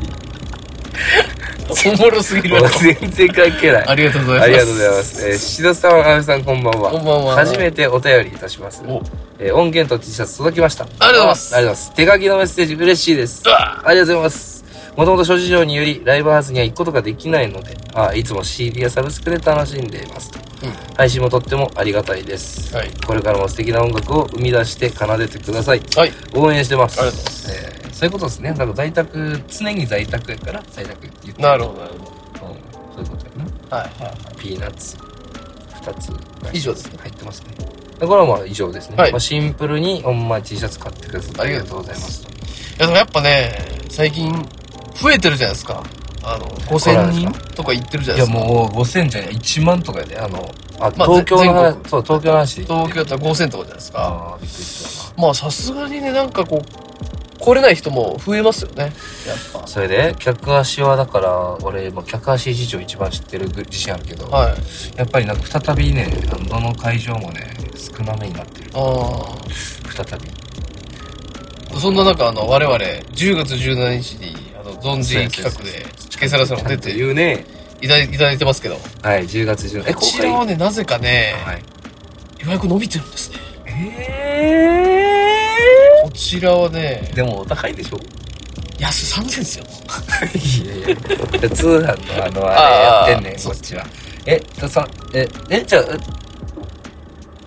Speaker 3: おもろすぎる。
Speaker 4: 全然関係ない
Speaker 3: ありがとうございます。
Speaker 4: ありがとうございます。えー、シドさん、アメさん、こんばんは。
Speaker 3: こんばんは
Speaker 4: 初めてお便りいたします。
Speaker 3: お
Speaker 4: えー音源と T シャツ届きました。あり
Speaker 3: がとうございます
Speaker 4: ありがとうございます。手書きのメッセージ嬉しいです。
Speaker 3: うわ
Speaker 4: ありがとうございます。もともと諸事情により、ライブハウスには行くことができないので、あいつも CD やサブスクで楽しんでいますと。
Speaker 3: うん
Speaker 4: 配信もとってもありがたいです。
Speaker 3: はい
Speaker 4: これからも素敵な音楽を生み出して奏でてください。
Speaker 3: はい。
Speaker 4: 応援してます。
Speaker 3: ありがとうござ
Speaker 4: います。えーそういうことですね。なんか在宅、常に在宅やから、在宅言って
Speaker 3: なるほど、なるほ
Speaker 4: ど。うんそういうことやな。
Speaker 3: ど。はい、はい、は
Speaker 4: ピーナッツ2つ
Speaker 3: 以上ですね
Speaker 4: 入ってますねだからまあ以上ですね、
Speaker 3: はい
Speaker 4: まあ、シンプルにほんまに T シャツ買ってくださってあ
Speaker 3: あ
Speaker 4: り
Speaker 3: り
Speaker 4: が
Speaker 3: が
Speaker 4: と
Speaker 3: と
Speaker 4: う
Speaker 3: う
Speaker 4: ご
Speaker 3: ご
Speaker 4: ざい
Speaker 3: ざい
Speaker 4: ま
Speaker 3: ますす
Speaker 4: と
Speaker 3: い。いや、でもやっぱね、最近、増えてるじゃないですか。あの、5000人とか言ってるじゃ
Speaker 4: い
Speaker 3: ない
Speaker 4: や
Speaker 3: ですか。
Speaker 4: もう5000じゃね1万とかやであのあ、
Speaker 3: まあ
Speaker 4: 東京の
Speaker 3: 全
Speaker 4: 話
Speaker 3: 全国
Speaker 4: そう東京の話で言って
Speaker 3: 東京だったら5000とかじゃないですか。
Speaker 4: ああびっくりした
Speaker 3: まあ、さすがにね、なんかこう、来れない人も増えますよね。やっ
Speaker 4: なそれで客足はだから俺も客足事情一番知ってるぐ自信あるけど、
Speaker 3: ぱ。はい。
Speaker 4: やっぱりなんか再びねあのどの会場もね少なめになってる
Speaker 3: あ
Speaker 4: 再び
Speaker 3: あ。そんな中、あの、我々、10月17日に、あの、存じ企画で、チケサラさんも出
Speaker 4: ちゃんと
Speaker 3: て
Speaker 4: 言うね
Speaker 3: いたいただいてますけど、
Speaker 4: はい10月10日え
Speaker 3: こちらはね、なぜかね、
Speaker 4: はい
Speaker 3: 予約伸びてるんですね。
Speaker 4: え
Speaker 3: こちらはね、
Speaker 4: でもお高いでしょ
Speaker 3: 安3000ですよ。
Speaker 4: いやいや通販のあの
Speaker 3: あ
Speaker 4: あ
Speaker 3: ー
Speaker 4: れやってんねん
Speaker 3: そ
Speaker 4: こ
Speaker 3: う
Speaker 4: っちはえたさええじゃあ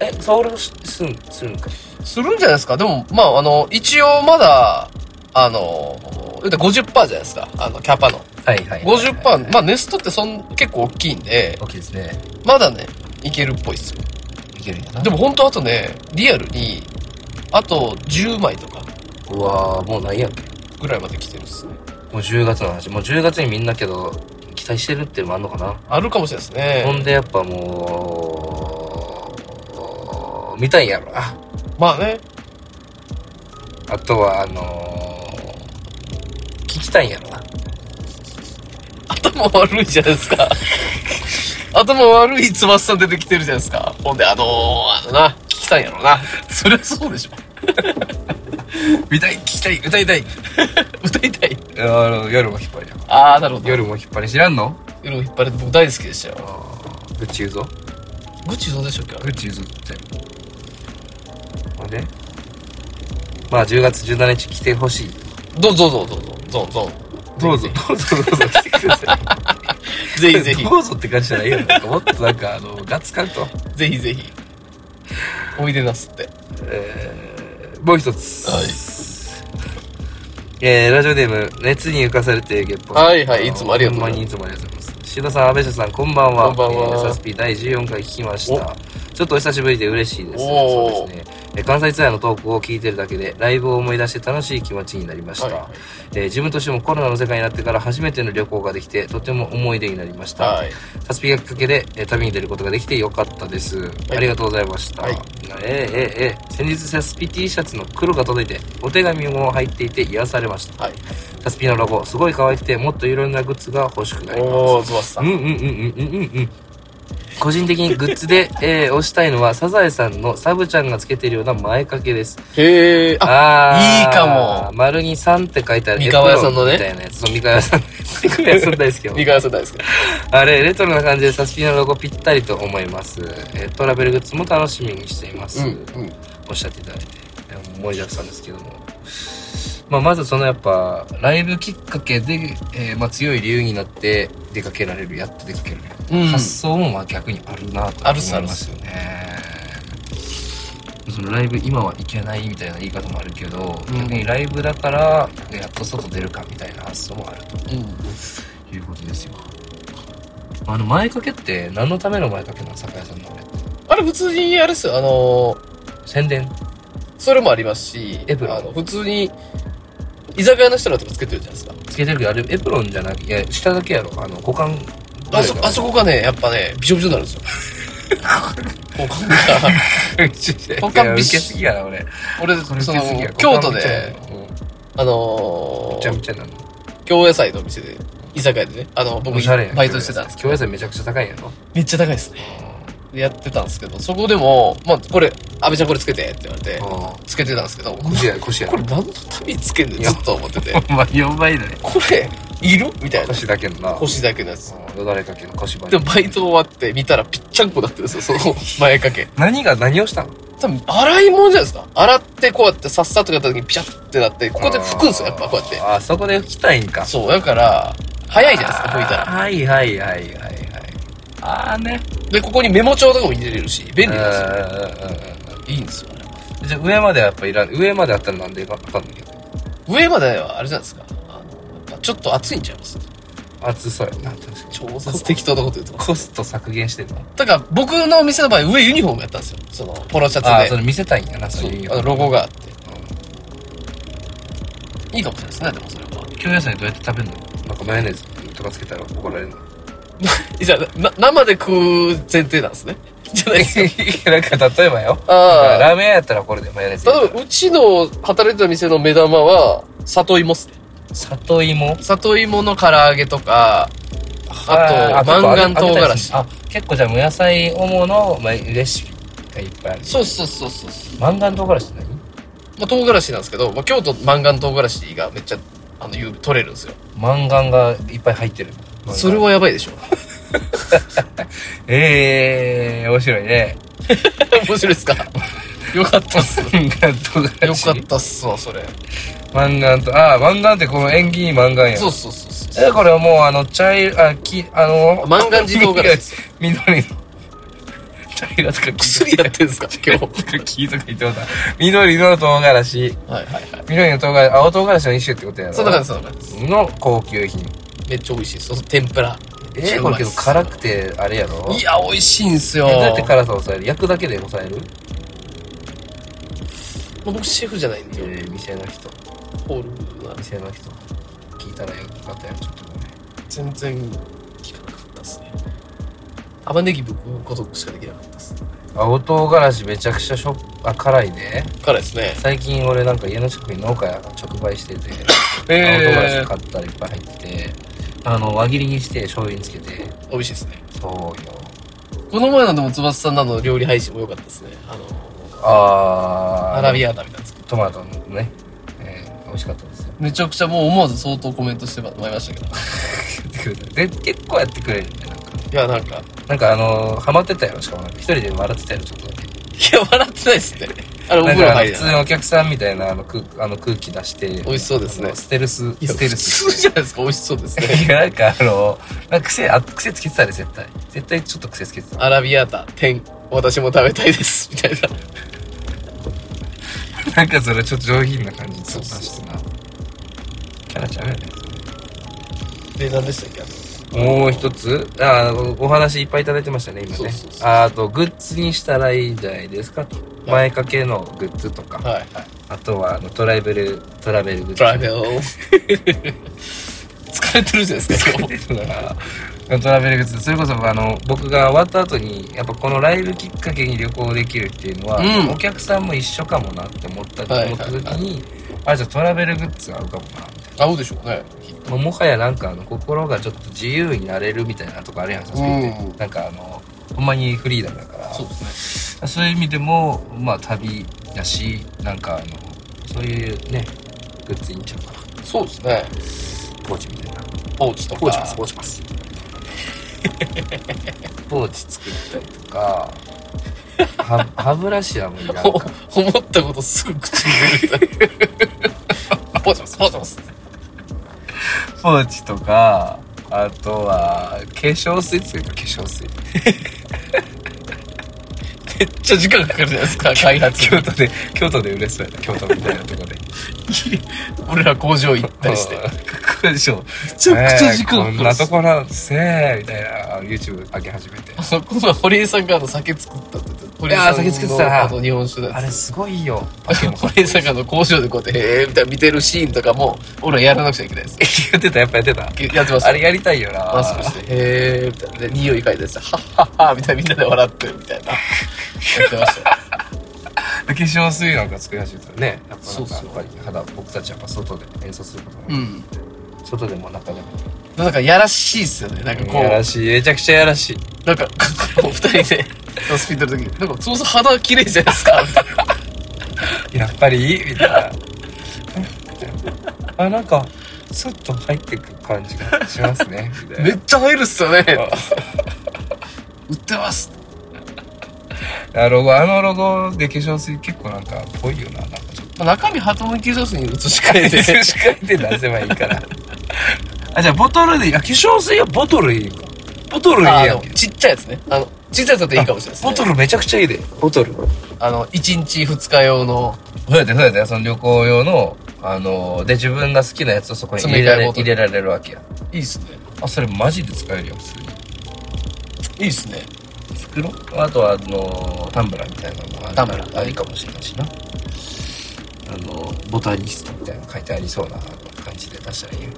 Speaker 4: ええ触るしすんするんか
Speaker 3: するんじゃないですかでも、まあ、あの、一応まだ、あの、言うたら50%じゃないですか。あの、キャパの。
Speaker 4: はいはい
Speaker 3: 50%、まあ、ネストってそん、結構大きいんで、
Speaker 4: 大きいですね
Speaker 3: まだね、いけるっぽいっすよ。
Speaker 4: いけるんやな
Speaker 3: でも本当あとね、リアルに、あと10枚とか
Speaker 4: うわーもうないやんけ
Speaker 3: ぐらいまで来てるっすね。
Speaker 4: もう10月の話もう10月にみんなけど期待してるっていうのもあんのかな、
Speaker 3: あるかもしれないです
Speaker 4: ほ
Speaker 3: ね。
Speaker 4: んでやっぱもう見たいんやろな
Speaker 3: まあね、
Speaker 4: あとはあのー、聞きたいんやろな
Speaker 3: 頭悪いじゃないですか。頭悪い翼さん出てきてるじゃないですか。ほんで、あのー、あのな、聞きたいんやろうな。そりゃそうでしょ。
Speaker 4: 見たい聞きたい歌い たい
Speaker 3: 歌いたい。
Speaker 4: あの夜も引っ張りだから
Speaker 3: ああ、なるほど。
Speaker 4: 夜も引っ張り知らんの
Speaker 3: 夜も引っ張れて僕大好きでしたよ。
Speaker 4: グッチ言うぞ
Speaker 3: グッチどうでしょうか
Speaker 4: グッチ言うぞってほんでまあ10月17日来てほしい
Speaker 3: どうぞどうぞどうぞどうぞ。
Speaker 4: ど うぞどうぞどうぞ来てください
Speaker 3: ぜひ ぜ ひ。
Speaker 4: どうぞって感じじゃないよなんかもっとなんかあのガッツカンと
Speaker 3: ぜひぜひ。おいでなすって。
Speaker 4: えーもう一つ
Speaker 3: はい
Speaker 4: えー、ラジオネーム熱に浮かされてゲッポ
Speaker 3: はいはいいつもありがとうご
Speaker 4: ほん
Speaker 3: ざ
Speaker 4: まに
Speaker 3: います
Speaker 4: いつもありがとうございますシドさん安倍社さんこんばんは
Speaker 3: こんばんは
Speaker 4: えー SSP 第14回聞きましたちょっとお久しぶりで嬉しいです
Speaker 3: おー
Speaker 4: そうですねえー関西ツアーの投稿を聞いてるだけでライブを思い出して楽しい気持ちになりました、
Speaker 3: はいはい
Speaker 4: えー自分としてもコロナの世界になってから初めての旅行ができてとても思い出になりました、
Speaker 3: はい。
Speaker 4: サスピがきっかけで、えー旅に出ることができてよかったです。ありがとうございました。
Speaker 3: はい
Speaker 4: えーえーえー先日サスピ T シャツの黒が届いて、お手紙も入っていて癒されました。
Speaker 3: はい。
Speaker 4: サスピのロゴ、すごい可愛くて、もっといろんなグッズが欲しくなります。
Speaker 3: おー、ズバスさ
Speaker 4: うん
Speaker 3: ん。
Speaker 4: うんうんうんうんうんうん。個人的にグッズで、えー、推したいのは、サザエさんのサブちゃんがつけてるような前掛けです。
Speaker 3: へえ。あ、
Speaker 4: あー
Speaker 3: いいかも
Speaker 4: 丸に3って書いてある。
Speaker 3: 三河屋さんのね
Speaker 4: エプロンみたいなやつ。そう、三河屋さんです。三河屋さん大好きよ
Speaker 3: 見返せないですけど。
Speaker 4: あれ、レトロな感じでサスピのロゴぴったりと思います。えートラベルグッズも楽しみにしています。
Speaker 3: うん。うん。
Speaker 4: おっしゃっていただいて。いやもう盛りだくさんですけども。まあ、まずそのやっぱ、ライブきっかけで、えーまあ強い理由になって出かけられる、やっと出かけられる。
Speaker 3: うん
Speaker 4: 発想もまあ逆にあるなと
Speaker 3: あ
Speaker 4: 思い
Speaker 3: るっすある
Speaker 4: ま
Speaker 3: っ
Speaker 4: す
Speaker 3: す
Speaker 4: よね。そのライブ今は行けないみたいな言い方もあるけど、
Speaker 3: うん
Speaker 4: 逆にライブだからやっと外出るかみたいな発想もあるということですよ。あの前掛けって何のための前掛けなの酒屋さんのあれ
Speaker 3: あれ普通に、あれっすよ、あのー、
Speaker 4: 宣伝
Speaker 3: それもありますし、
Speaker 4: エプロン
Speaker 3: あの普通に、居酒屋の人らとかつけてるじゃないですか。
Speaker 4: つけてるけどあれエプロンじゃなくいや下だけやろあの股間
Speaker 3: あそ、 あそこがね、やっぱね、びしょびしょになるんですよ。こう、なんか
Speaker 4: 股
Speaker 3: 股間
Speaker 4: び
Speaker 3: び
Speaker 4: し
Speaker 3: し
Speaker 4: 受けすぎやな俺
Speaker 3: 俺、
Speaker 4: これ
Speaker 3: そ
Speaker 4: 受けすぎや
Speaker 3: の、京
Speaker 4: 股間
Speaker 3: 都
Speaker 4: びちゃ
Speaker 3: で、
Speaker 4: うのうん
Speaker 3: あの
Speaker 4: びちゃ
Speaker 3: ー
Speaker 4: び、ちゃなの
Speaker 3: 京野菜のお店で、居酒屋でね、あの、僕、
Speaker 4: おしゃれやん
Speaker 3: バイトしてたんですけ
Speaker 4: 京野菜めちゃくちゃ高いんやろ
Speaker 3: ど、めっちゃ高いですね。やってたんですけど、そこでも、まあ、これ、安倍ちゃんこれつけてって言われて、
Speaker 4: あ
Speaker 3: つけてたんですけど、こ
Speaker 2: 腰や腰や
Speaker 3: れ何のためにつけんの
Speaker 4: いや
Speaker 3: ずっと思ってて、
Speaker 4: あ。まあ、4倍だね。
Speaker 3: これ、いるみたいな。
Speaker 4: 腰だけのな。
Speaker 3: 腰だけのやつ。
Speaker 4: うん。よだれかけの腰ば
Speaker 3: でもバイト終わって見たらぴっちゃんこだったんですよ、その前掛け。
Speaker 4: 何が何をしたの
Speaker 3: 多分、洗い物じゃないですか。洗ってこうやってさっさとやった時にピシャってなって、ここで拭くんですよ、やっぱこうやって。
Speaker 4: あー、そこで拭きたいんか。
Speaker 3: そう、だから、早いじゃないですか、拭いたら。
Speaker 4: はいはいはいはいはい。ああね。
Speaker 3: で、ここにメモ帳とかも入れれるし、便利
Speaker 4: うんうん
Speaker 3: なんで
Speaker 4: うんうん
Speaker 3: すよ。いいんですよね。
Speaker 4: うんじゃあ上まではやっぱいらん。上まであったらなんでかわかんないけど。
Speaker 3: 上まではあれじゃないですか。あのやっぱちょっと暑いんちゃいます
Speaker 4: 暑そうやな、確かに。
Speaker 3: 超絶適当なこと言うと。
Speaker 4: コスト削減してるの
Speaker 3: だから僕のお店の場合、上ユニフォームやったんですよ。その、ポロシャ
Speaker 4: ああ、そ
Speaker 3: ツ
Speaker 4: れ
Speaker 3: で。
Speaker 4: 見せたいんやな、そ
Speaker 3: そう
Speaker 4: ういう。
Speaker 3: あのロゴがあって。いいかもしれないですね、でもそれは。
Speaker 4: 京野菜どうやって食べるのなんかマヨネーズとかつけたら怒られるの
Speaker 3: じゃあ、な生で食う前提なんですね。 じゃないです か。
Speaker 4: なんか例えばよ。
Speaker 3: ああ。
Speaker 4: ラーメン屋やったらこれでマヨネーズ入
Speaker 3: 例
Speaker 4: れ
Speaker 3: えば、うちの働いてた店の目玉は、里芋っすね。
Speaker 4: たら。里芋
Speaker 3: 里芋の唐揚げとか、
Speaker 4: 結
Speaker 3: あと、
Speaker 4: 構
Speaker 3: 万願唐辛子。
Speaker 4: あ、結構じゃあ、無野菜主の、まあ、レシピがいっぱいある。
Speaker 3: そうそうそうそうそう。
Speaker 4: 万願唐辛子って何
Speaker 3: まあ、唐辛子なんですけど、まあ、京都万願唐辛子がめっちゃあの有取れるんですよ
Speaker 4: 万願がいっぱい入ってる。
Speaker 3: それ。はやばいでしょ
Speaker 4: ええー、面白いね。
Speaker 3: 面白いですか よかったっ すよ
Speaker 4: 万願唐辛子。
Speaker 3: かったっすわそれ
Speaker 4: 万願と、ああ、万願ってこの縁起いい万願や。
Speaker 3: そうそうそうそう
Speaker 4: え、これはもう、あの、茶色、あ、き、あの、
Speaker 3: 万願寺唐辛子ですよ
Speaker 4: 緑の、茶色とか黄色とか
Speaker 3: 薬やってん すか今日
Speaker 4: 黄色とか言ってもうた。緑の唐辛子。
Speaker 3: はいはいはい
Speaker 4: 緑の唐辛子、青唐辛子の一種ってことやろ。
Speaker 3: そんな感じそんな感じ
Speaker 4: の高級品。
Speaker 3: めっちゃ美味しいですそう天ぷら
Speaker 4: えー、これけど辛くて、あれやろ
Speaker 3: いや美味しいんすよ
Speaker 4: えどうやって辛さ抑える焼くだけで抑える
Speaker 3: もう僕シェフじゃないんで、
Speaker 4: えー、店の人。
Speaker 3: ホールは
Speaker 4: 店の人。聞いたらよかったよ、ちょっとごめん。
Speaker 3: 全然聞かなかったっすね玉ねぎぶっことくしかできなかったっす
Speaker 4: 青唐辛子めちゃくちゃしょっ、あ、辛いね。
Speaker 3: 辛いですね
Speaker 4: 最近俺なんか家の近くに農家が直売してて、青唐辛子買ったらいっぱい入ってて、あの、輪切りにして醤油につけて、
Speaker 3: 美味しいですね
Speaker 4: そうよ。
Speaker 3: この前のでも翼さんなどの料理配信も良かったですね。あの、
Speaker 4: あー、
Speaker 3: アラビアータみたいなの作って
Speaker 4: トマトのね、えー美味しかったですよ。
Speaker 3: めちゃくちゃもう思わず相当コメントしてもらいましたけど。い
Speaker 4: で、結構やってくれるね、なんか。
Speaker 3: や、なんか、い
Speaker 4: なんかあのーハマってたやろ、しかもなんか一人で笑ってたやろ、ちょっとだけ。
Speaker 3: や、笑ってないっすね。あれ、お
Speaker 4: なん
Speaker 3: 風呂
Speaker 4: か
Speaker 3: 入
Speaker 4: 普
Speaker 3: りな
Speaker 4: 通
Speaker 3: が
Speaker 4: に
Speaker 3: ら。
Speaker 4: お客さんみたいなあの空あの空気出して。
Speaker 3: 美味しそうですね
Speaker 4: あのステルス、
Speaker 3: いや、
Speaker 4: ステ
Speaker 3: 普
Speaker 4: ルス。
Speaker 3: 通じゃないですか、美味しそうですね。
Speaker 4: いや、 なんかあの、なんか癖、あ、癖つけてたで、絶対。絶対ちょっと癖つけ てた。
Speaker 3: アラビアータ、天、私も食べたいです、みたいな。
Speaker 4: なんかそれちょっと上品な感じ
Speaker 3: そう
Speaker 4: 出
Speaker 3: そう
Speaker 4: してな。キャラちゃうよね。
Speaker 3: で、何でしたっけあ
Speaker 4: もう一つあおお話いっぱいいただいてましたね、今ね。
Speaker 3: そうそうそう
Speaker 4: ああと、グッズにしたらいいんじゃないですかと。前掛けのグッズとか、
Speaker 3: のはい、はい。
Speaker 4: あとはあのトライベル、トラベルグッズ。
Speaker 3: トライベル。 疲れてるじゃないですか、今日。
Speaker 4: だからトラベルグッズそれこそあの僕が終わった後にやっぱこのライブきっかけに旅行できるっていうのは、
Speaker 3: うん
Speaker 4: お客さんも一緒かもなって思った,、
Speaker 3: はい
Speaker 4: 思った時にあじゃあトラベルグッズ合うかもなみたい
Speaker 3: 合うでしょうね。
Speaker 4: な、まあもはやなんかあの心がちょっと自由になれるみたいなとこあるやんさす
Speaker 3: うん
Speaker 4: なんかあのほんまにフリーダムだから
Speaker 3: そうですね。
Speaker 4: そういう意味でもまあ旅だしなんかあのそういうねグッズいいんちゃうかな
Speaker 3: そうですね。
Speaker 4: ポーチみたいな
Speaker 3: ポーチとか。
Speaker 4: ポーチます、ポーチます。ポーチ作ったりとか、は歯ブラシはもういらんか
Speaker 3: お思ったことすぐ口に入れるみた い。ポーチます、ポーチます。
Speaker 4: ポーチとか、あとは、化粧水つけた化粧水。
Speaker 3: めっちゃ時間かかるじゃないですか、開発に。
Speaker 4: 京都で、京都で売れそうやな、京都みたいなと こで。
Speaker 3: 俺ら工場行ったりして。
Speaker 4: うん
Speaker 3: め
Speaker 4: かっこいいでしょ。
Speaker 3: ちゃくちゃ
Speaker 4: ねえ
Speaker 3: 時間か
Speaker 4: こん
Speaker 3: かる
Speaker 4: な
Speaker 3: っ
Speaker 4: と
Speaker 3: す。
Speaker 4: こなんですね、みたいな、YouTube 上げ始めて。
Speaker 3: あの、この前堀江さんがあの酒作ったって言ってた。堀江
Speaker 4: いやー酒作ってたな
Speaker 3: あの、日本酒だ
Speaker 4: あ
Speaker 3: っ
Speaker 4: れ
Speaker 3: て
Speaker 4: すごいよ。パケモ
Speaker 3: た。
Speaker 4: ン
Speaker 3: 堀江さんがあの工場でこうやって、へえーみたいな見てるシーンとかも、俺らやらなくちゃいけないです。
Speaker 4: 言ってた、やっぱやってた。
Speaker 3: やってました。
Speaker 4: あれやりたいよな。
Speaker 3: マスクして、へえーみたいな。で、匂い嗅いでさ、はっはっはみたいな、みんなで笑ってるみたいな。やってましたよ。
Speaker 4: 化粧水なんか作り始めたらねやっぱ
Speaker 3: そ
Speaker 4: な
Speaker 3: うん
Speaker 4: か
Speaker 3: そ
Speaker 4: や
Speaker 3: う
Speaker 4: っぱり肌僕たちやっぱ外で演奏することも、
Speaker 3: うん。
Speaker 4: 外でも中でも
Speaker 3: なんかやらしいっすよね。なんかこ
Speaker 4: やら
Speaker 3: う、
Speaker 4: しいめちゃくちゃやらしい
Speaker 3: なんか、お二人で、スピン出るときに、なんか、そもそも肌綺麗じゃないですかみたいな。
Speaker 4: やっぱりみたいな。 あ、なんか、スッと入ってく感じがします ね。みたい
Speaker 3: めっちゃ入るっすよね。
Speaker 4: な。
Speaker 3: 売ってます。
Speaker 4: あロゴ、あのロゴで化粧水結構なんか、ぽいよな。なんかちょっ
Speaker 3: まあ、中身ハトム化粧水に移し替
Speaker 4: と。
Speaker 3: えて。
Speaker 4: し替えて出せばいいから。 あ、じゃあボトルでいい。あ、化粧水はボトルいいか。ボトルいい
Speaker 3: あ
Speaker 4: や
Speaker 3: の
Speaker 4: ん。
Speaker 3: ちっちゃいやつね。あの、ちっちゃいやつだといいかもしれないです、ね。
Speaker 4: ボトルめちゃくちゃいいで。ボトル。
Speaker 3: あの、1日2日用の、
Speaker 4: そうやってそうやって、その旅行用の、あの、で、自分が好きなやつをそこに入れら
Speaker 3: 詰め替え
Speaker 4: れ
Speaker 3: ボト
Speaker 4: 入
Speaker 3: ル
Speaker 4: れられるわけや。
Speaker 3: いいっすね。
Speaker 4: あ、それマジで使えるよ、普通に。
Speaker 3: いいっすね。
Speaker 4: 袋あとは、あの、タンブラーみたいなのがある
Speaker 3: タンブラー
Speaker 4: ありかもしれないしな。あの、ボタニストみたいなの書いてありそうな感じで出したらいいよ。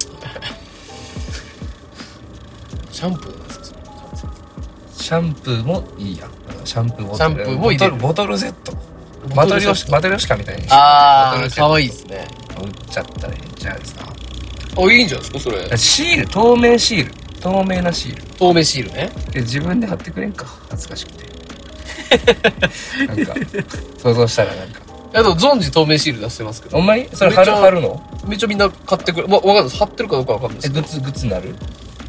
Speaker 3: シャンプーなんですか
Speaker 4: シャンプーもいいやん。シャンプーボトル。
Speaker 3: シャンプーも入れる
Speaker 4: ボトルボトルセット。マトリョシカ、マトリョシカみたいにして。ボ
Speaker 3: あ
Speaker 4: トル
Speaker 3: ー、
Speaker 4: セッ
Speaker 3: か
Speaker 4: ト。
Speaker 3: わいいっすね。
Speaker 4: 売っちゃったらいいんじゃないですか。
Speaker 3: あ、いいんじゃないですかそれ。
Speaker 4: シール、透明シール。透明なシール。
Speaker 3: 透明シールね。
Speaker 4: え自分で貼ってくれんか恥ずかしく てなんか想像したらなんか
Speaker 3: あと、ゾンジ透明シール出してますけど。
Speaker 4: ほんまにそれ貼る
Speaker 3: めっちゃ
Speaker 4: 貼るの
Speaker 3: めっちゃみんな買ってくれ、ま、わかんないです。貼ってるかどうかわかんないで
Speaker 4: え
Speaker 3: すけ
Speaker 4: グ
Speaker 3: ど。
Speaker 4: ッズグッズになる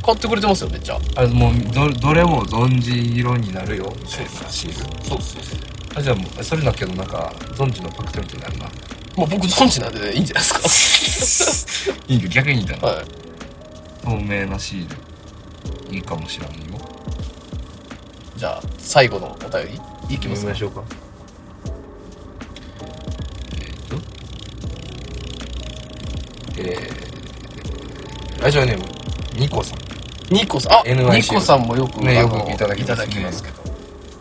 Speaker 3: 買ってくれてますよ、めっちゃ。
Speaker 4: あもうどどれも存じ色になるよみたいなシール
Speaker 3: そうっすそうっす。
Speaker 4: あじゃあもうそれだけどなんか存じのパクトリーになるな
Speaker 3: まあ、僕ゾンジなんでね、いいんじゃないです
Speaker 4: いいよ逆にいいんだ
Speaker 3: か。
Speaker 4: な
Speaker 3: はい。
Speaker 4: 透明なシールいいかもしらんよ
Speaker 3: じゃあ、最後のお便り、いきます
Speaker 4: 読み
Speaker 3: か
Speaker 4: ましょうかえっ、とえー、ラジオネームニコさん
Speaker 3: ニコさん、あ、
Speaker 4: NYC
Speaker 3: ニコさんもよく、
Speaker 4: ね
Speaker 3: あ
Speaker 4: よ
Speaker 3: の
Speaker 4: くいただきますね
Speaker 3: いけど。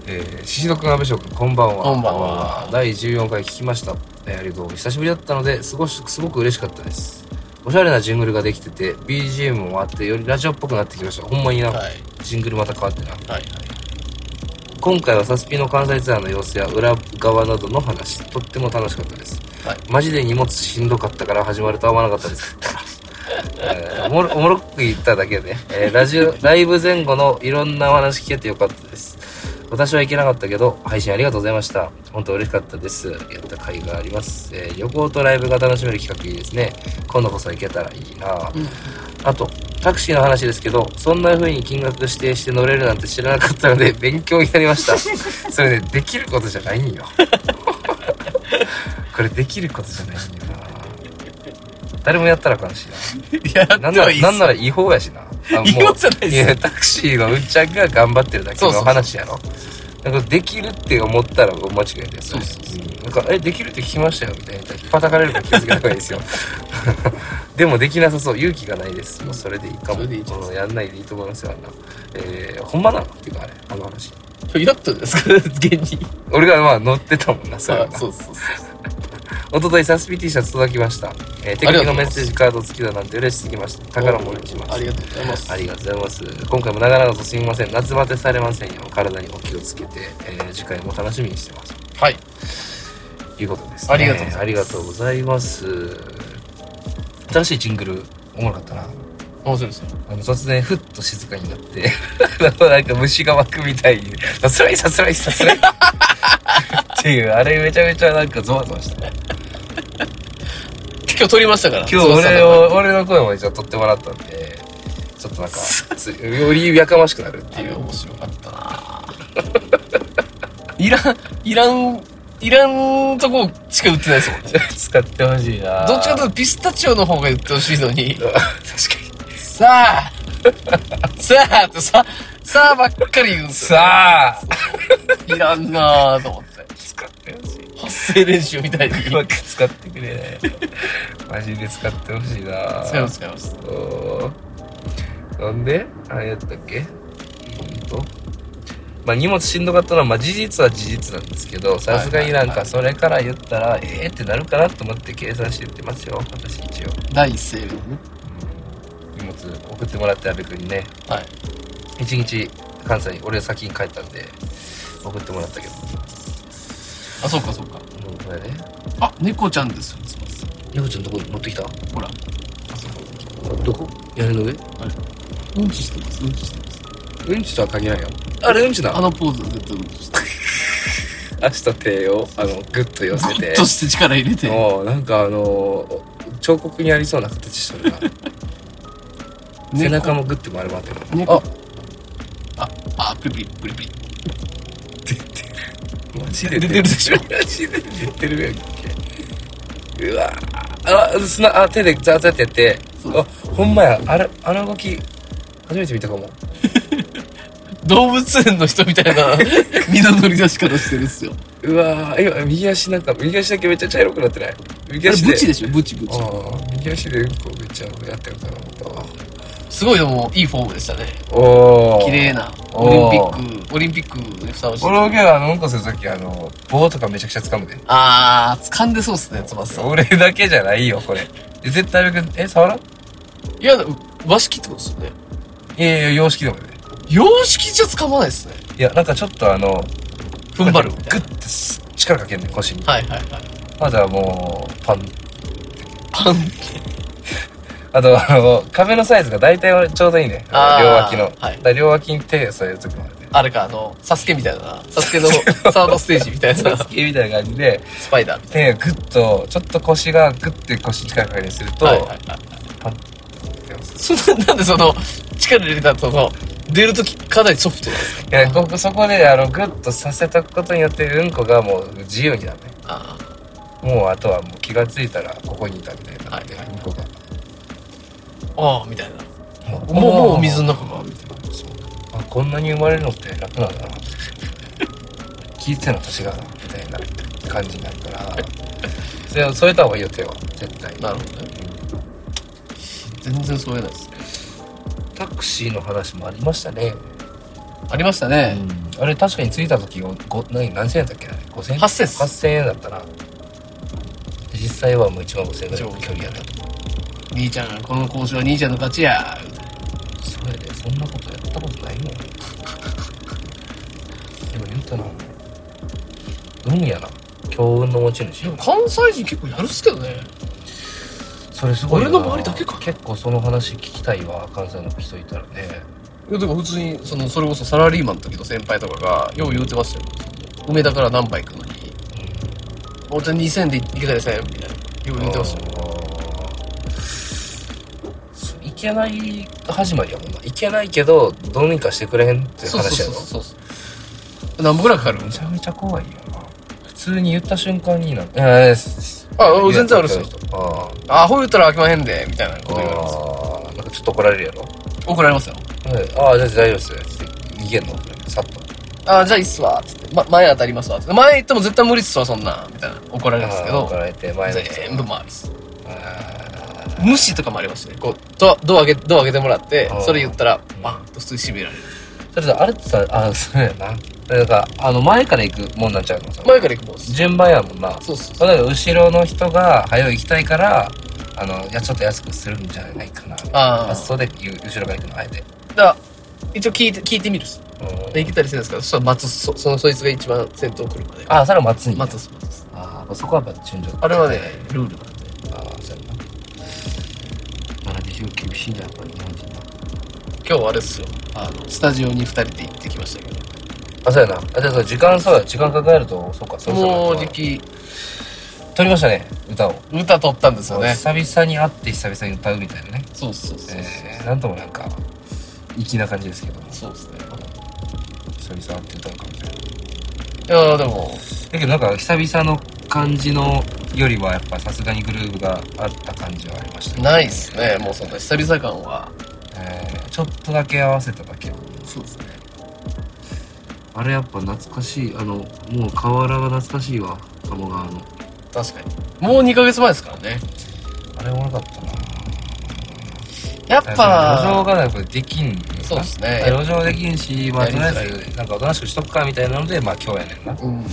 Speaker 4: えー、シシド君、安部翔君、こんばんは。
Speaker 3: こんばんは
Speaker 4: 第14回聞きました。えー、ありがとう。久しぶりだったので、すごし、すごく嬉しかったです。おしゃれなジングルができてて、BGM もあって、よりラジオっぽくなってきました。ほんまにな、
Speaker 3: はい。
Speaker 4: ジングルまた変わってな。
Speaker 3: はい。
Speaker 4: 今回はサスピの関西ツアーの様子や裏側などの話、とっても楽しかったです。
Speaker 3: はい。
Speaker 4: マジで荷物しんどかったから始まるとは思わなかったです。えーおもろおもろく言っただけで、えーラジオ、ライブ前後のいろんなお話聞けてよかったです。私は行けなかったけど、配信ありがとうございました。本当嬉しかったです。やった甲斐があります。えー旅行とライブが楽しめる企画いいですね。今度こそ行けたらいいな、あと、タクシーの話ですけど、そんな風に金額指定して乗れるなんて知らなかったので、勉強になりました。それね、できることじゃないんよ。これできることじゃないんだよな誰もやったらあかんし
Speaker 3: や
Speaker 4: ななんならなんなら違法やしなあ
Speaker 3: 違法じゃないっす
Speaker 4: いやタクシーのうんちゃんが頑張ってるだけの
Speaker 3: そうそうそう
Speaker 4: 話やろなんかできるって思ったら間違いだよ
Speaker 3: そうそ
Speaker 4: う
Speaker 3: う
Speaker 4: んなんか「えできるって聞きましたよ」みたいな引っ叩かれるから気をつけた方がいい ですよでもできなさそう勇気がないですもうそれでいいか
Speaker 3: そ
Speaker 4: も
Speaker 3: れでいいじゃない
Speaker 4: うんやんないでいいと思いますよあんなえー、ほんまなのっていうかあれあの話
Speaker 3: やったんですか現に。
Speaker 4: 俺がまあ乗ってたもんなそれは
Speaker 3: あそう そうそう。
Speaker 4: おとといサスピ T シャツ届きました、えー、手
Speaker 3: ありが
Speaker 4: 書き
Speaker 3: とうございます
Speaker 4: のメッセージカード付きだなんて嬉しすぎました宝物にします
Speaker 3: ありがとうございます。
Speaker 4: ありがとうございます今回も長々とすみません夏バテされませんよお体にお気をつけて、えー次回も楽しみにしてます
Speaker 3: はい。
Speaker 4: ということです、
Speaker 3: ありがとうございます
Speaker 4: ありがとうございます新しいジングルおもろかったな
Speaker 3: 面白いですよ。
Speaker 4: あの突然ふっと静かになって なんか虫が湧くみたいに「さすらいさすらいさすらい」っていうあれめちゃめちゃなんかゾワゾワした
Speaker 3: 今日撮りましたから。
Speaker 4: 今日俺を、俺の声も一応取ってもらったんで、ちょっとなんか、つよりやかましくなるって
Speaker 3: い
Speaker 4: いうう。
Speaker 3: 面白かったな いらん、いらん、いらんとこしか売ってないですもんね。
Speaker 4: 使ってほしいな
Speaker 3: どっちかという
Speaker 4: と
Speaker 3: とピスタチオの方が売ってほしいの に、
Speaker 4: 確か
Speaker 3: さあ、 さあとさ、さあばっかり言うんで
Speaker 4: に。
Speaker 3: すよ。
Speaker 4: さあ
Speaker 3: いらんなぁと思って。
Speaker 4: 使ってほしい。
Speaker 3: 発声練習みたいに。
Speaker 4: うまく使ってくれ。マジで使ってほしいな
Speaker 3: 使います、使います。
Speaker 4: おーなんであれやったっけほんとまあ荷物しんどかったのは、まあ事実は事実なんですけど、さすがになんかそれから言ったら、ええーってなるかなと思って計算して言ってますよ、私一応。
Speaker 3: 第一声のね。
Speaker 4: 荷物送ってもらって阿部君にね
Speaker 3: はい。
Speaker 4: 一日関西に俺先に帰ったんで送ってもらったけど
Speaker 3: あ、そうか、そうか。
Speaker 4: もうこれね
Speaker 3: あ、猫ちゃんですよ。すいません
Speaker 4: 猫ちゃんどこ乗ってきた
Speaker 3: ほら。あ、そう
Speaker 4: どこ屋根の上
Speaker 3: うんちしてます、うんちしてます。
Speaker 4: うんちとは限らんよ。あれうんちな
Speaker 2: あ
Speaker 4: の
Speaker 2: のポーズは絶対うんちして
Speaker 4: 足と手を、あの、グッと寄せて
Speaker 2: と。して力入れて
Speaker 4: もう、なんかあの、彫刻にありそうな形し とるな。背中もグッて丸まってる。
Speaker 2: 猫
Speaker 4: あ
Speaker 2: あプリプリプリプリ
Speaker 4: マジで出てるでしょマジで出てるやんけ。うわぁ。あ、砂、あ、手でザーザーってやって。
Speaker 2: そう
Speaker 4: あ、ほんまや。あれ、あの動き、初めて見たかも。
Speaker 3: 動物園の人みた いな。
Speaker 2: 身の乗り出し方してるっすよ
Speaker 4: うわぁ。今、右足なんか、右足だけめっちゃ茶色くなってない
Speaker 2: あ
Speaker 4: 右
Speaker 2: れ
Speaker 4: 足で。
Speaker 2: ブチでしょブチブチ
Speaker 4: ああ、右足でうんこめっちゃやってるかな思ったわ。
Speaker 3: すごいでも、いいフォームでしたね。
Speaker 4: おー。
Speaker 2: 綺麗な
Speaker 4: おー
Speaker 2: オリンピック
Speaker 3: オリンピックにふさわしい。
Speaker 4: 俺のはあの、うんこするとき、あの、棒とかめちゃくちゃ掴むで。
Speaker 3: あー、掴んでそうっすね、翼さん。
Speaker 4: 俺だけじゃないよ、これ。絶対あれ、え、触らんい
Speaker 3: いや、和式ってことですよね。
Speaker 4: やいや、洋式でもね。
Speaker 3: 洋式じゃ掴まないっすね。
Speaker 4: いや、なんかちょっとあの、
Speaker 3: 踏ん張るみ
Speaker 4: グ
Speaker 3: たい
Speaker 4: ッてす力かけんねん、腰に。
Speaker 3: な。はいはいはい。
Speaker 4: あとはもう、パン。
Speaker 3: パンって。
Speaker 4: あと、あの、壁のサイズが大体俺ちょうどいいね。
Speaker 3: あー
Speaker 4: 両脇の。
Speaker 3: はい
Speaker 4: だから両脇に手添えるときもあるね。
Speaker 3: あれか、あの、サスケみたいな、サスケのサードステージ みたいな
Speaker 4: 好、きみたいな感じで、
Speaker 3: スパイダーみたい
Speaker 4: 手がグッと、ちょっと腰がグッて腰に力かけにすると、
Speaker 3: な。はいはいはい。
Speaker 4: パンって出ます。
Speaker 3: そん ななんでその、力入れたとこ、出るときかなりソフトなんですか
Speaker 4: いや、ここ、そこで、あの、グッとさせとくことによって、うんこがもう自由になるね。
Speaker 3: あー
Speaker 4: もうあとはもう気がついたらここにいたみたいな、
Speaker 3: はい
Speaker 4: うんこが
Speaker 3: あー、みたいな。
Speaker 4: も
Speaker 3: もう、もうお水の中が。
Speaker 4: みたいなそうあこんなに生まれるのって楽なんだな聞いてたのと違うなみたいな感じになるからそれを添えた方がいいよ手は絶対
Speaker 3: なるほどね。全然そうえないですね。
Speaker 4: タクシーの話もありましたね、
Speaker 3: ありましたね。
Speaker 4: あれ確かに着いた時ごご何何千円だっけな5000円
Speaker 3: 8000っす
Speaker 4: 8000円だったな実際はもう1万5000円ぐらいの
Speaker 3: 一
Speaker 4: 距
Speaker 3: 万
Speaker 4: 離やったと
Speaker 3: 兄ちゃん、この交渉は兄ちゃんの勝ちや。
Speaker 4: それでそんなことやったことないもんでも言うたな運やな強運の持ち主
Speaker 3: でも関西人結構やるっすけどね。
Speaker 4: それすごいよ
Speaker 3: 俺の周りだけか
Speaker 4: 結構その話聞きたいわ関西の人いたらね
Speaker 3: いや、だから普通に、その、それこそサラリーマンの時の先輩とかが、よう言うてましたよ。梅田から何杯行くのに、お茶2000で行けたりせんみたいな。よう言うてましたよ。
Speaker 4: そういけない始まりやもんないけないけどどうにかしてくれへんっていう
Speaker 3: そう
Speaker 4: 話や
Speaker 3: そう
Speaker 4: ろ
Speaker 3: そうそう。何分くらいかかる
Speaker 4: めちゃめちゃ怖いよな普通に言った瞬間になるいやいやす
Speaker 3: あ全然あるっすよ
Speaker 4: ああ
Speaker 3: あ、ほ言ったら飽きまへんで、みたいなこと言われます。
Speaker 4: あーなんかちょっと怒られるやろ
Speaker 3: 怒られますよ。
Speaker 4: はい、ああ、じゃあ大丈夫っすよ。つって逃げんのさっと。
Speaker 3: あ、じゃあいいっすわ、つって。ま、前当たりますわ、つって。前行っても絶対無理っすわ、そんな、みたいな。怒られるんですけ
Speaker 4: あー怒
Speaker 3: ど、
Speaker 4: られて、前の人
Speaker 3: 全部回ります。
Speaker 4: あ
Speaker 3: 無視とかもありましたね。こう、ドア、ドア開け、ドア開けてもらって
Speaker 4: あー、
Speaker 3: それ言ったら、バンと普通に閉められる。
Speaker 4: ーそれと、あれってさ、あーそうやな。だから、あの、前から行くもんなんちゃうのさ。
Speaker 3: 前から行くもんです。
Speaker 4: 順番やもんな。
Speaker 3: そうそうそう。
Speaker 4: そうだから、後ろの人が、早う行きたいから、あの、いや、ちょっと安くするんじゃないかな。
Speaker 3: あー
Speaker 4: 発想で、ゆ後ろから行くの、あえて。
Speaker 3: だから一応聞いて、聞いてみるっす。
Speaker 4: うん
Speaker 3: で、行けたりするんですけど、そしたら待つっす、そその、そいつが一番先頭来るまで。
Speaker 4: ああ、それは松に。
Speaker 3: 待つっす、待つっす。
Speaker 4: ああ、そこはやっぱ順序。
Speaker 3: あれはね、ルールなんで。
Speaker 4: ああ、そうやな。まあ、でしょ、厳しいんだ、やっぱり日本人な。
Speaker 3: 今日はあれっすよ。あの、スタジオに二人で行ってきましたけど。
Speaker 4: あ、そうやな。あ、じゃあそう、時間、そうや、時間かかると、そうか、そろそろ
Speaker 3: もうじき、
Speaker 4: 撮りましたね、歌を。
Speaker 3: 歌取ったんですよね。
Speaker 4: 久々に会って久々に歌うみたいなね。
Speaker 3: そうそうそうそう。
Speaker 4: えー、なんともなんか、粋な感じですけども、
Speaker 3: そうですね。
Speaker 4: 久々会って歌うかみたいな。
Speaker 3: いやーでも、
Speaker 4: だけどなんか、久々の感じのよりは、やっぱさすがにグルーヴがあった感じはありましたね。
Speaker 3: ないっすね。もうそんな久々感は。
Speaker 4: えー、ちょっとだけ合わせただけ。
Speaker 3: そうですね。
Speaker 4: あれやっぱ懐かしい。あの、もう河原が懐かしいわ、鴨川の。
Speaker 3: 確かに。もう2ヶ月前ですからね。
Speaker 4: あれおもろかったな
Speaker 3: やっ
Speaker 4: 路上
Speaker 3: ぱ、
Speaker 4: がなんかできんのかな
Speaker 3: そうですね
Speaker 4: 路上できんし、まあ、
Speaker 3: や
Speaker 4: と
Speaker 3: り
Speaker 4: り
Speaker 3: づ
Speaker 4: あ
Speaker 3: ら
Speaker 4: え
Speaker 3: い
Speaker 4: ず、なんかおとなしくしとくかみたいなので、まあ今日やねんな。
Speaker 3: うん。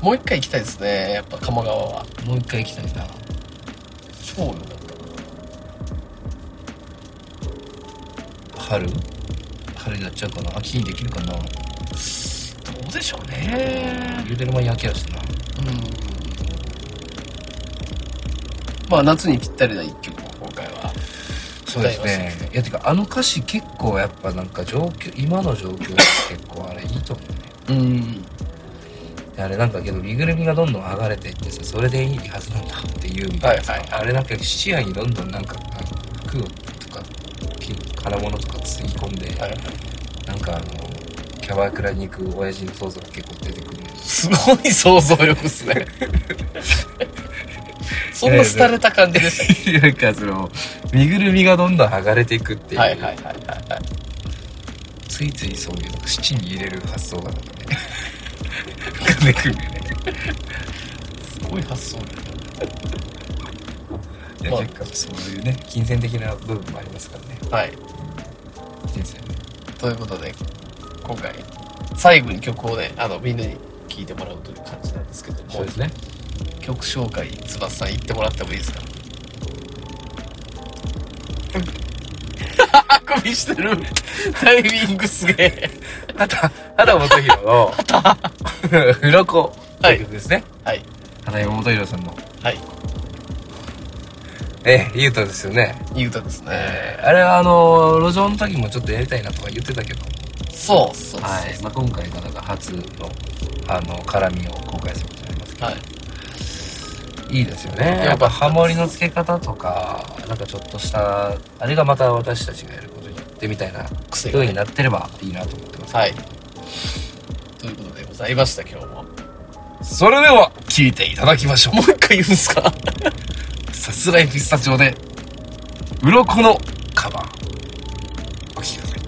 Speaker 3: もう一回行きたいですね。やっぱ鴨川は。
Speaker 4: もう一回行きたいな。
Speaker 3: 超良かった。
Speaker 4: 春春になっちゃうかな。秋にできるかな。
Speaker 3: どうでしょうね。
Speaker 4: 言うてる間に秋やしな。
Speaker 3: うん。まあ夏にぴったりな一曲を今回は。
Speaker 4: そうですねいやてかあの歌詞結構やっぱなんか状況今の状況って結構あれいいと思うね
Speaker 3: うん
Speaker 4: であれなんかけど身ぐるみがどんどん剥がれていってさそれでいいはずなんだっていうみたいなさ、
Speaker 3: はいはい
Speaker 4: あれなんか視野にどんどんなんかあの服とか金金物とかつぎ込んで、
Speaker 3: はいはい
Speaker 4: なんかあのキャバクラに行く親父の想像が結構出てくる
Speaker 3: すごい想像力っす ねそんな廃れた感じでし
Speaker 4: なんかその身ぐるみがどんどん剥がれていくっていう、
Speaker 3: たはいはいはいはいはい
Speaker 4: ついついそういう七に入れる発想がなんか ね浮かんでくるよね
Speaker 3: すごい発想力
Speaker 4: で
Speaker 3: まあ
Speaker 4: なんかそういうね金銭的な部分もありますからね
Speaker 3: はい
Speaker 4: 人生ね
Speaker 3: ということで今回最後に曲をねあのみんなに聴いてもらうという感じなんですけども
Speaker 4: ね
Speaker 3: 曲紹介翼さん言ってもらってもいいですか あくびしてる タイミングすげえ
Speaker 4: あた畑本博の「うろこ」という曲ですね
Speaker 3: はい
Speaker 4: 畑山本博さんの
Speaker 3: はい
Speaker 4: ええゆうたですよね
Speaker 3: いい歌ですね
Speaker 4: えーあれはあの路上の時もちょっとやりたいなとか言ってたけど
Speaker 3: そうそうそう
Speaker 4: はい、まあ、今回がなんか初のあの絡みを公開することになりますけど、
Speaker 3: はい
Speaker 4: い、いですよ
Speaker 3: よかっ
Speaker 4: ね
Speaker 3: た
Speaker 4: やっぱハモリの付け方とかなんかちょっとしたあれがまた私たちがやることによってみたいな
Speaker 3: 癖
Speaker 4: よ
Speaker 3: が
Speaker 4: う
Speaker 3: ね
Speaker 4: になってればいいなと思ってます
Speaker 3: はいということでございました今日もも
Speaker 4: それでは聞いていただきましょ
Speaker 3: う一回言うんですか
Speaker 4: うさすらいピスタチオで鱗のカバーお聴きください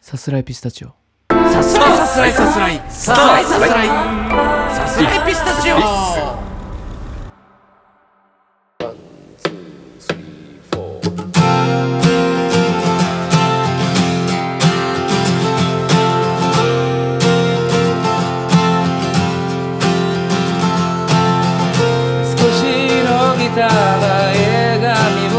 Speaker 1: さすらいピスタチオ
Speaker 2: さすらいさすらいさすらいさすらいさすらいさすらいピスタチオ
Speaker 4: 少しのギターが映画見を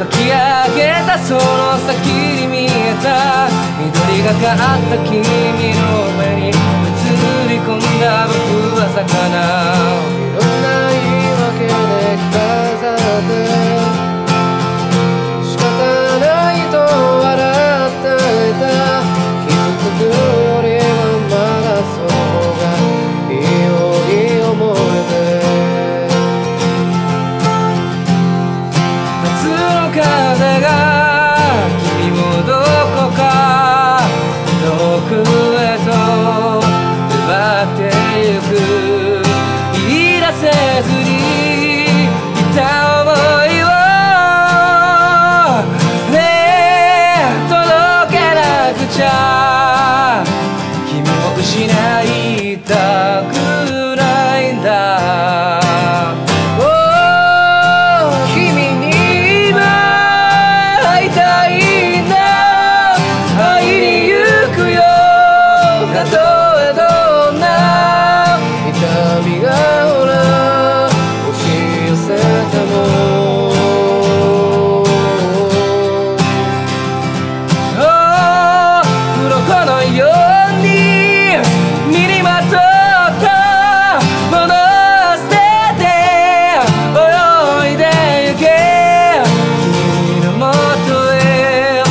Speaker 4: 書き上げたその先に見えた緑がかった君の目に映り込んだ僕は魚いろんな言い訳で飾って仕方ないと笑っていた気づくよりはまだそうがいいように思えて夏の風が君もどこか遠くへと奪ってゆく言い出せずにいた想いをねえ届けなくちゃ君を失いたくないんだ Oh 君に今会いたいんだ会いに行くよたとえどんな痛みがほら押し寄せても Oh 鱗のように身にまとったものを捨てて泳いでゆけ君のもとへ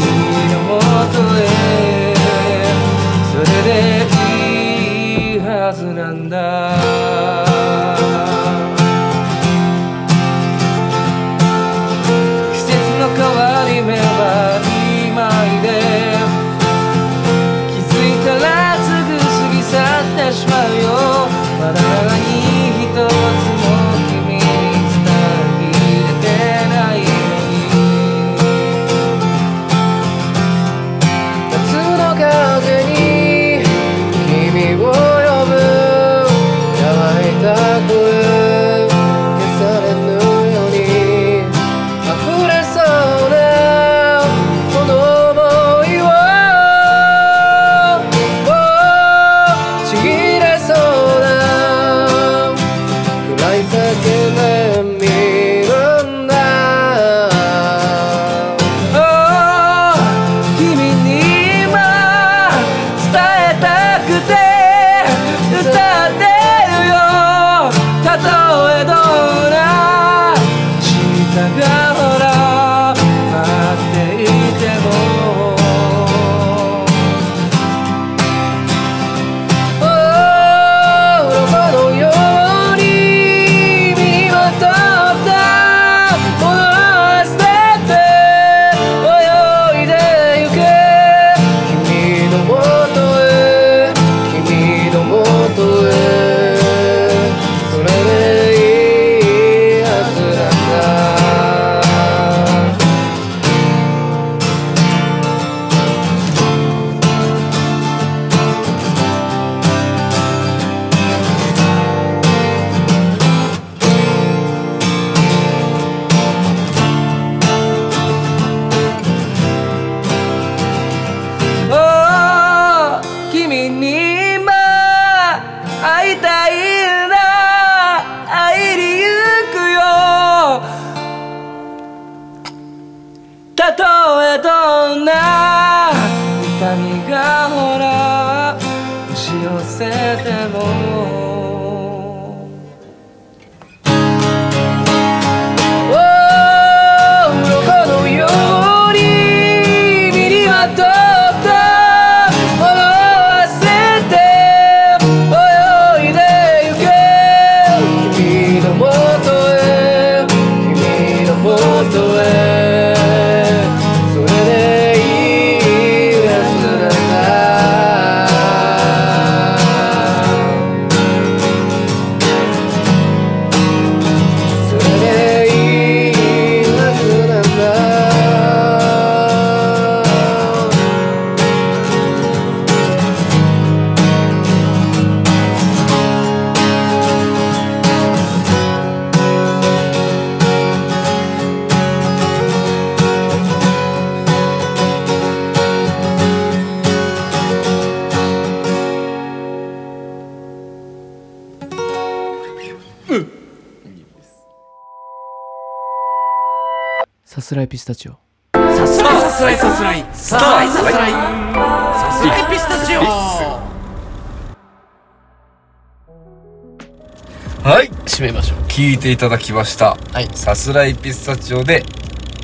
Speaker 4: 君のもとへそれでいいはずなんだ季節の変わり目は曖昧で気づいたらすぐ過ぎ去ってしまうよまだ長い一つも君に伝えきれてないのに夏の風に君を呼ぶ乾いた声消されぬように溢れそうなこの想いをちぎれそうな
Speaker 2: せても Oh どのように身にまとったものを忘れて泳いでゆけ君の元へ君の元へそれでいいはずなんだそれでいいはずなんだ
Speaker 5: さすらいピスタチオ
Speaker 6: さすらいさすらいさすらい
Speaker 2: Tá,
Speaker 6: さすらいさすらいさすらいピスタチオ
Speaker 3: はい締めましょう
Speaker 4: 聞いていただきました
Speaker 3: はい
Speaker 4: さすらいピスタチオで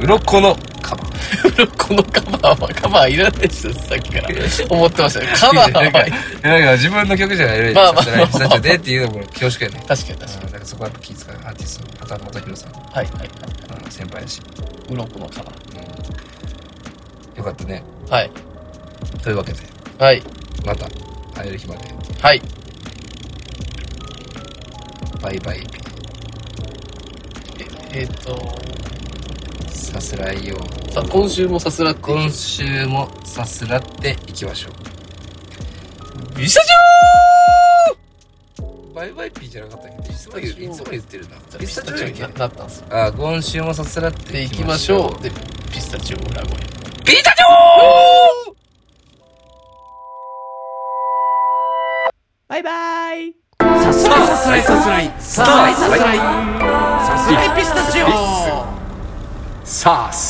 Speaker 4: 鱗のカバー
Speaker 3: このカバーはカバーいらないですよさっきから思ってましたねカバ
Speaker 4: なん
Speaker 3: ー
Speaker 4: か
Speaker 3: はいい
Speaker 4: なんか自分の曲じゃない
Speaker 3: まあま
Speaker 4: さ
Speaker 3: あ
Speaker 4: すらいピスタチオでっていうのも恐縮やね
Speaker 3: 確かに確
Speaker 4: う
Speaker 3: か
Speaker 4: ん
Speaker 3: に
Speaker 4: なんかそこはやっぱ気遣うアーティスト畑正宏さん
Speaker 3: はいはいはい
Speaker 4: うん先輩だし
Speaker 3: うろこのカバー
Speaker 4: よかったね
Speaker 3: はい
Speaker 4: というわけで
Speaker 3: はい
Speaker 4: また会える日まで
Speaker 3: はい
Speaker 4: バイバイ
Speaker 3: えっ、と
Speaker 4: さすらいを
Speaker 3: さあ今週もさすらって
Speaker 4: 今週もさすらっていきましょ
Speaker 3: ビシャジ
Speaker 4: うバイバイピーじゃなかったっけどいつも言ういつも言ってるな
Speaker 3: ョー
Speaker 4: ピスタチオやっけ
Speaker 3: ななったんですよ
Speaker 4: あ今週もさすらっ
Speaker 3: で
Speaker 4: てい
Speaker 3: 行
Speaker 4: き
Speaker 3: き
Speaker 4: ま
Speaker 3: ま
Speaker 4: し
Speaker 3: し
Speaker 4: ょ
Speaker 3: ょ
Speaker 4: う
Speaker 3: うでピスタチオ裏声
Speaker 4: ピータチョー
Speaker 5: バイバイ
Speaker 6: さすらいさすらいさすらいさすらいさすらいさすらいピスタチオ
Speaker 4: さあす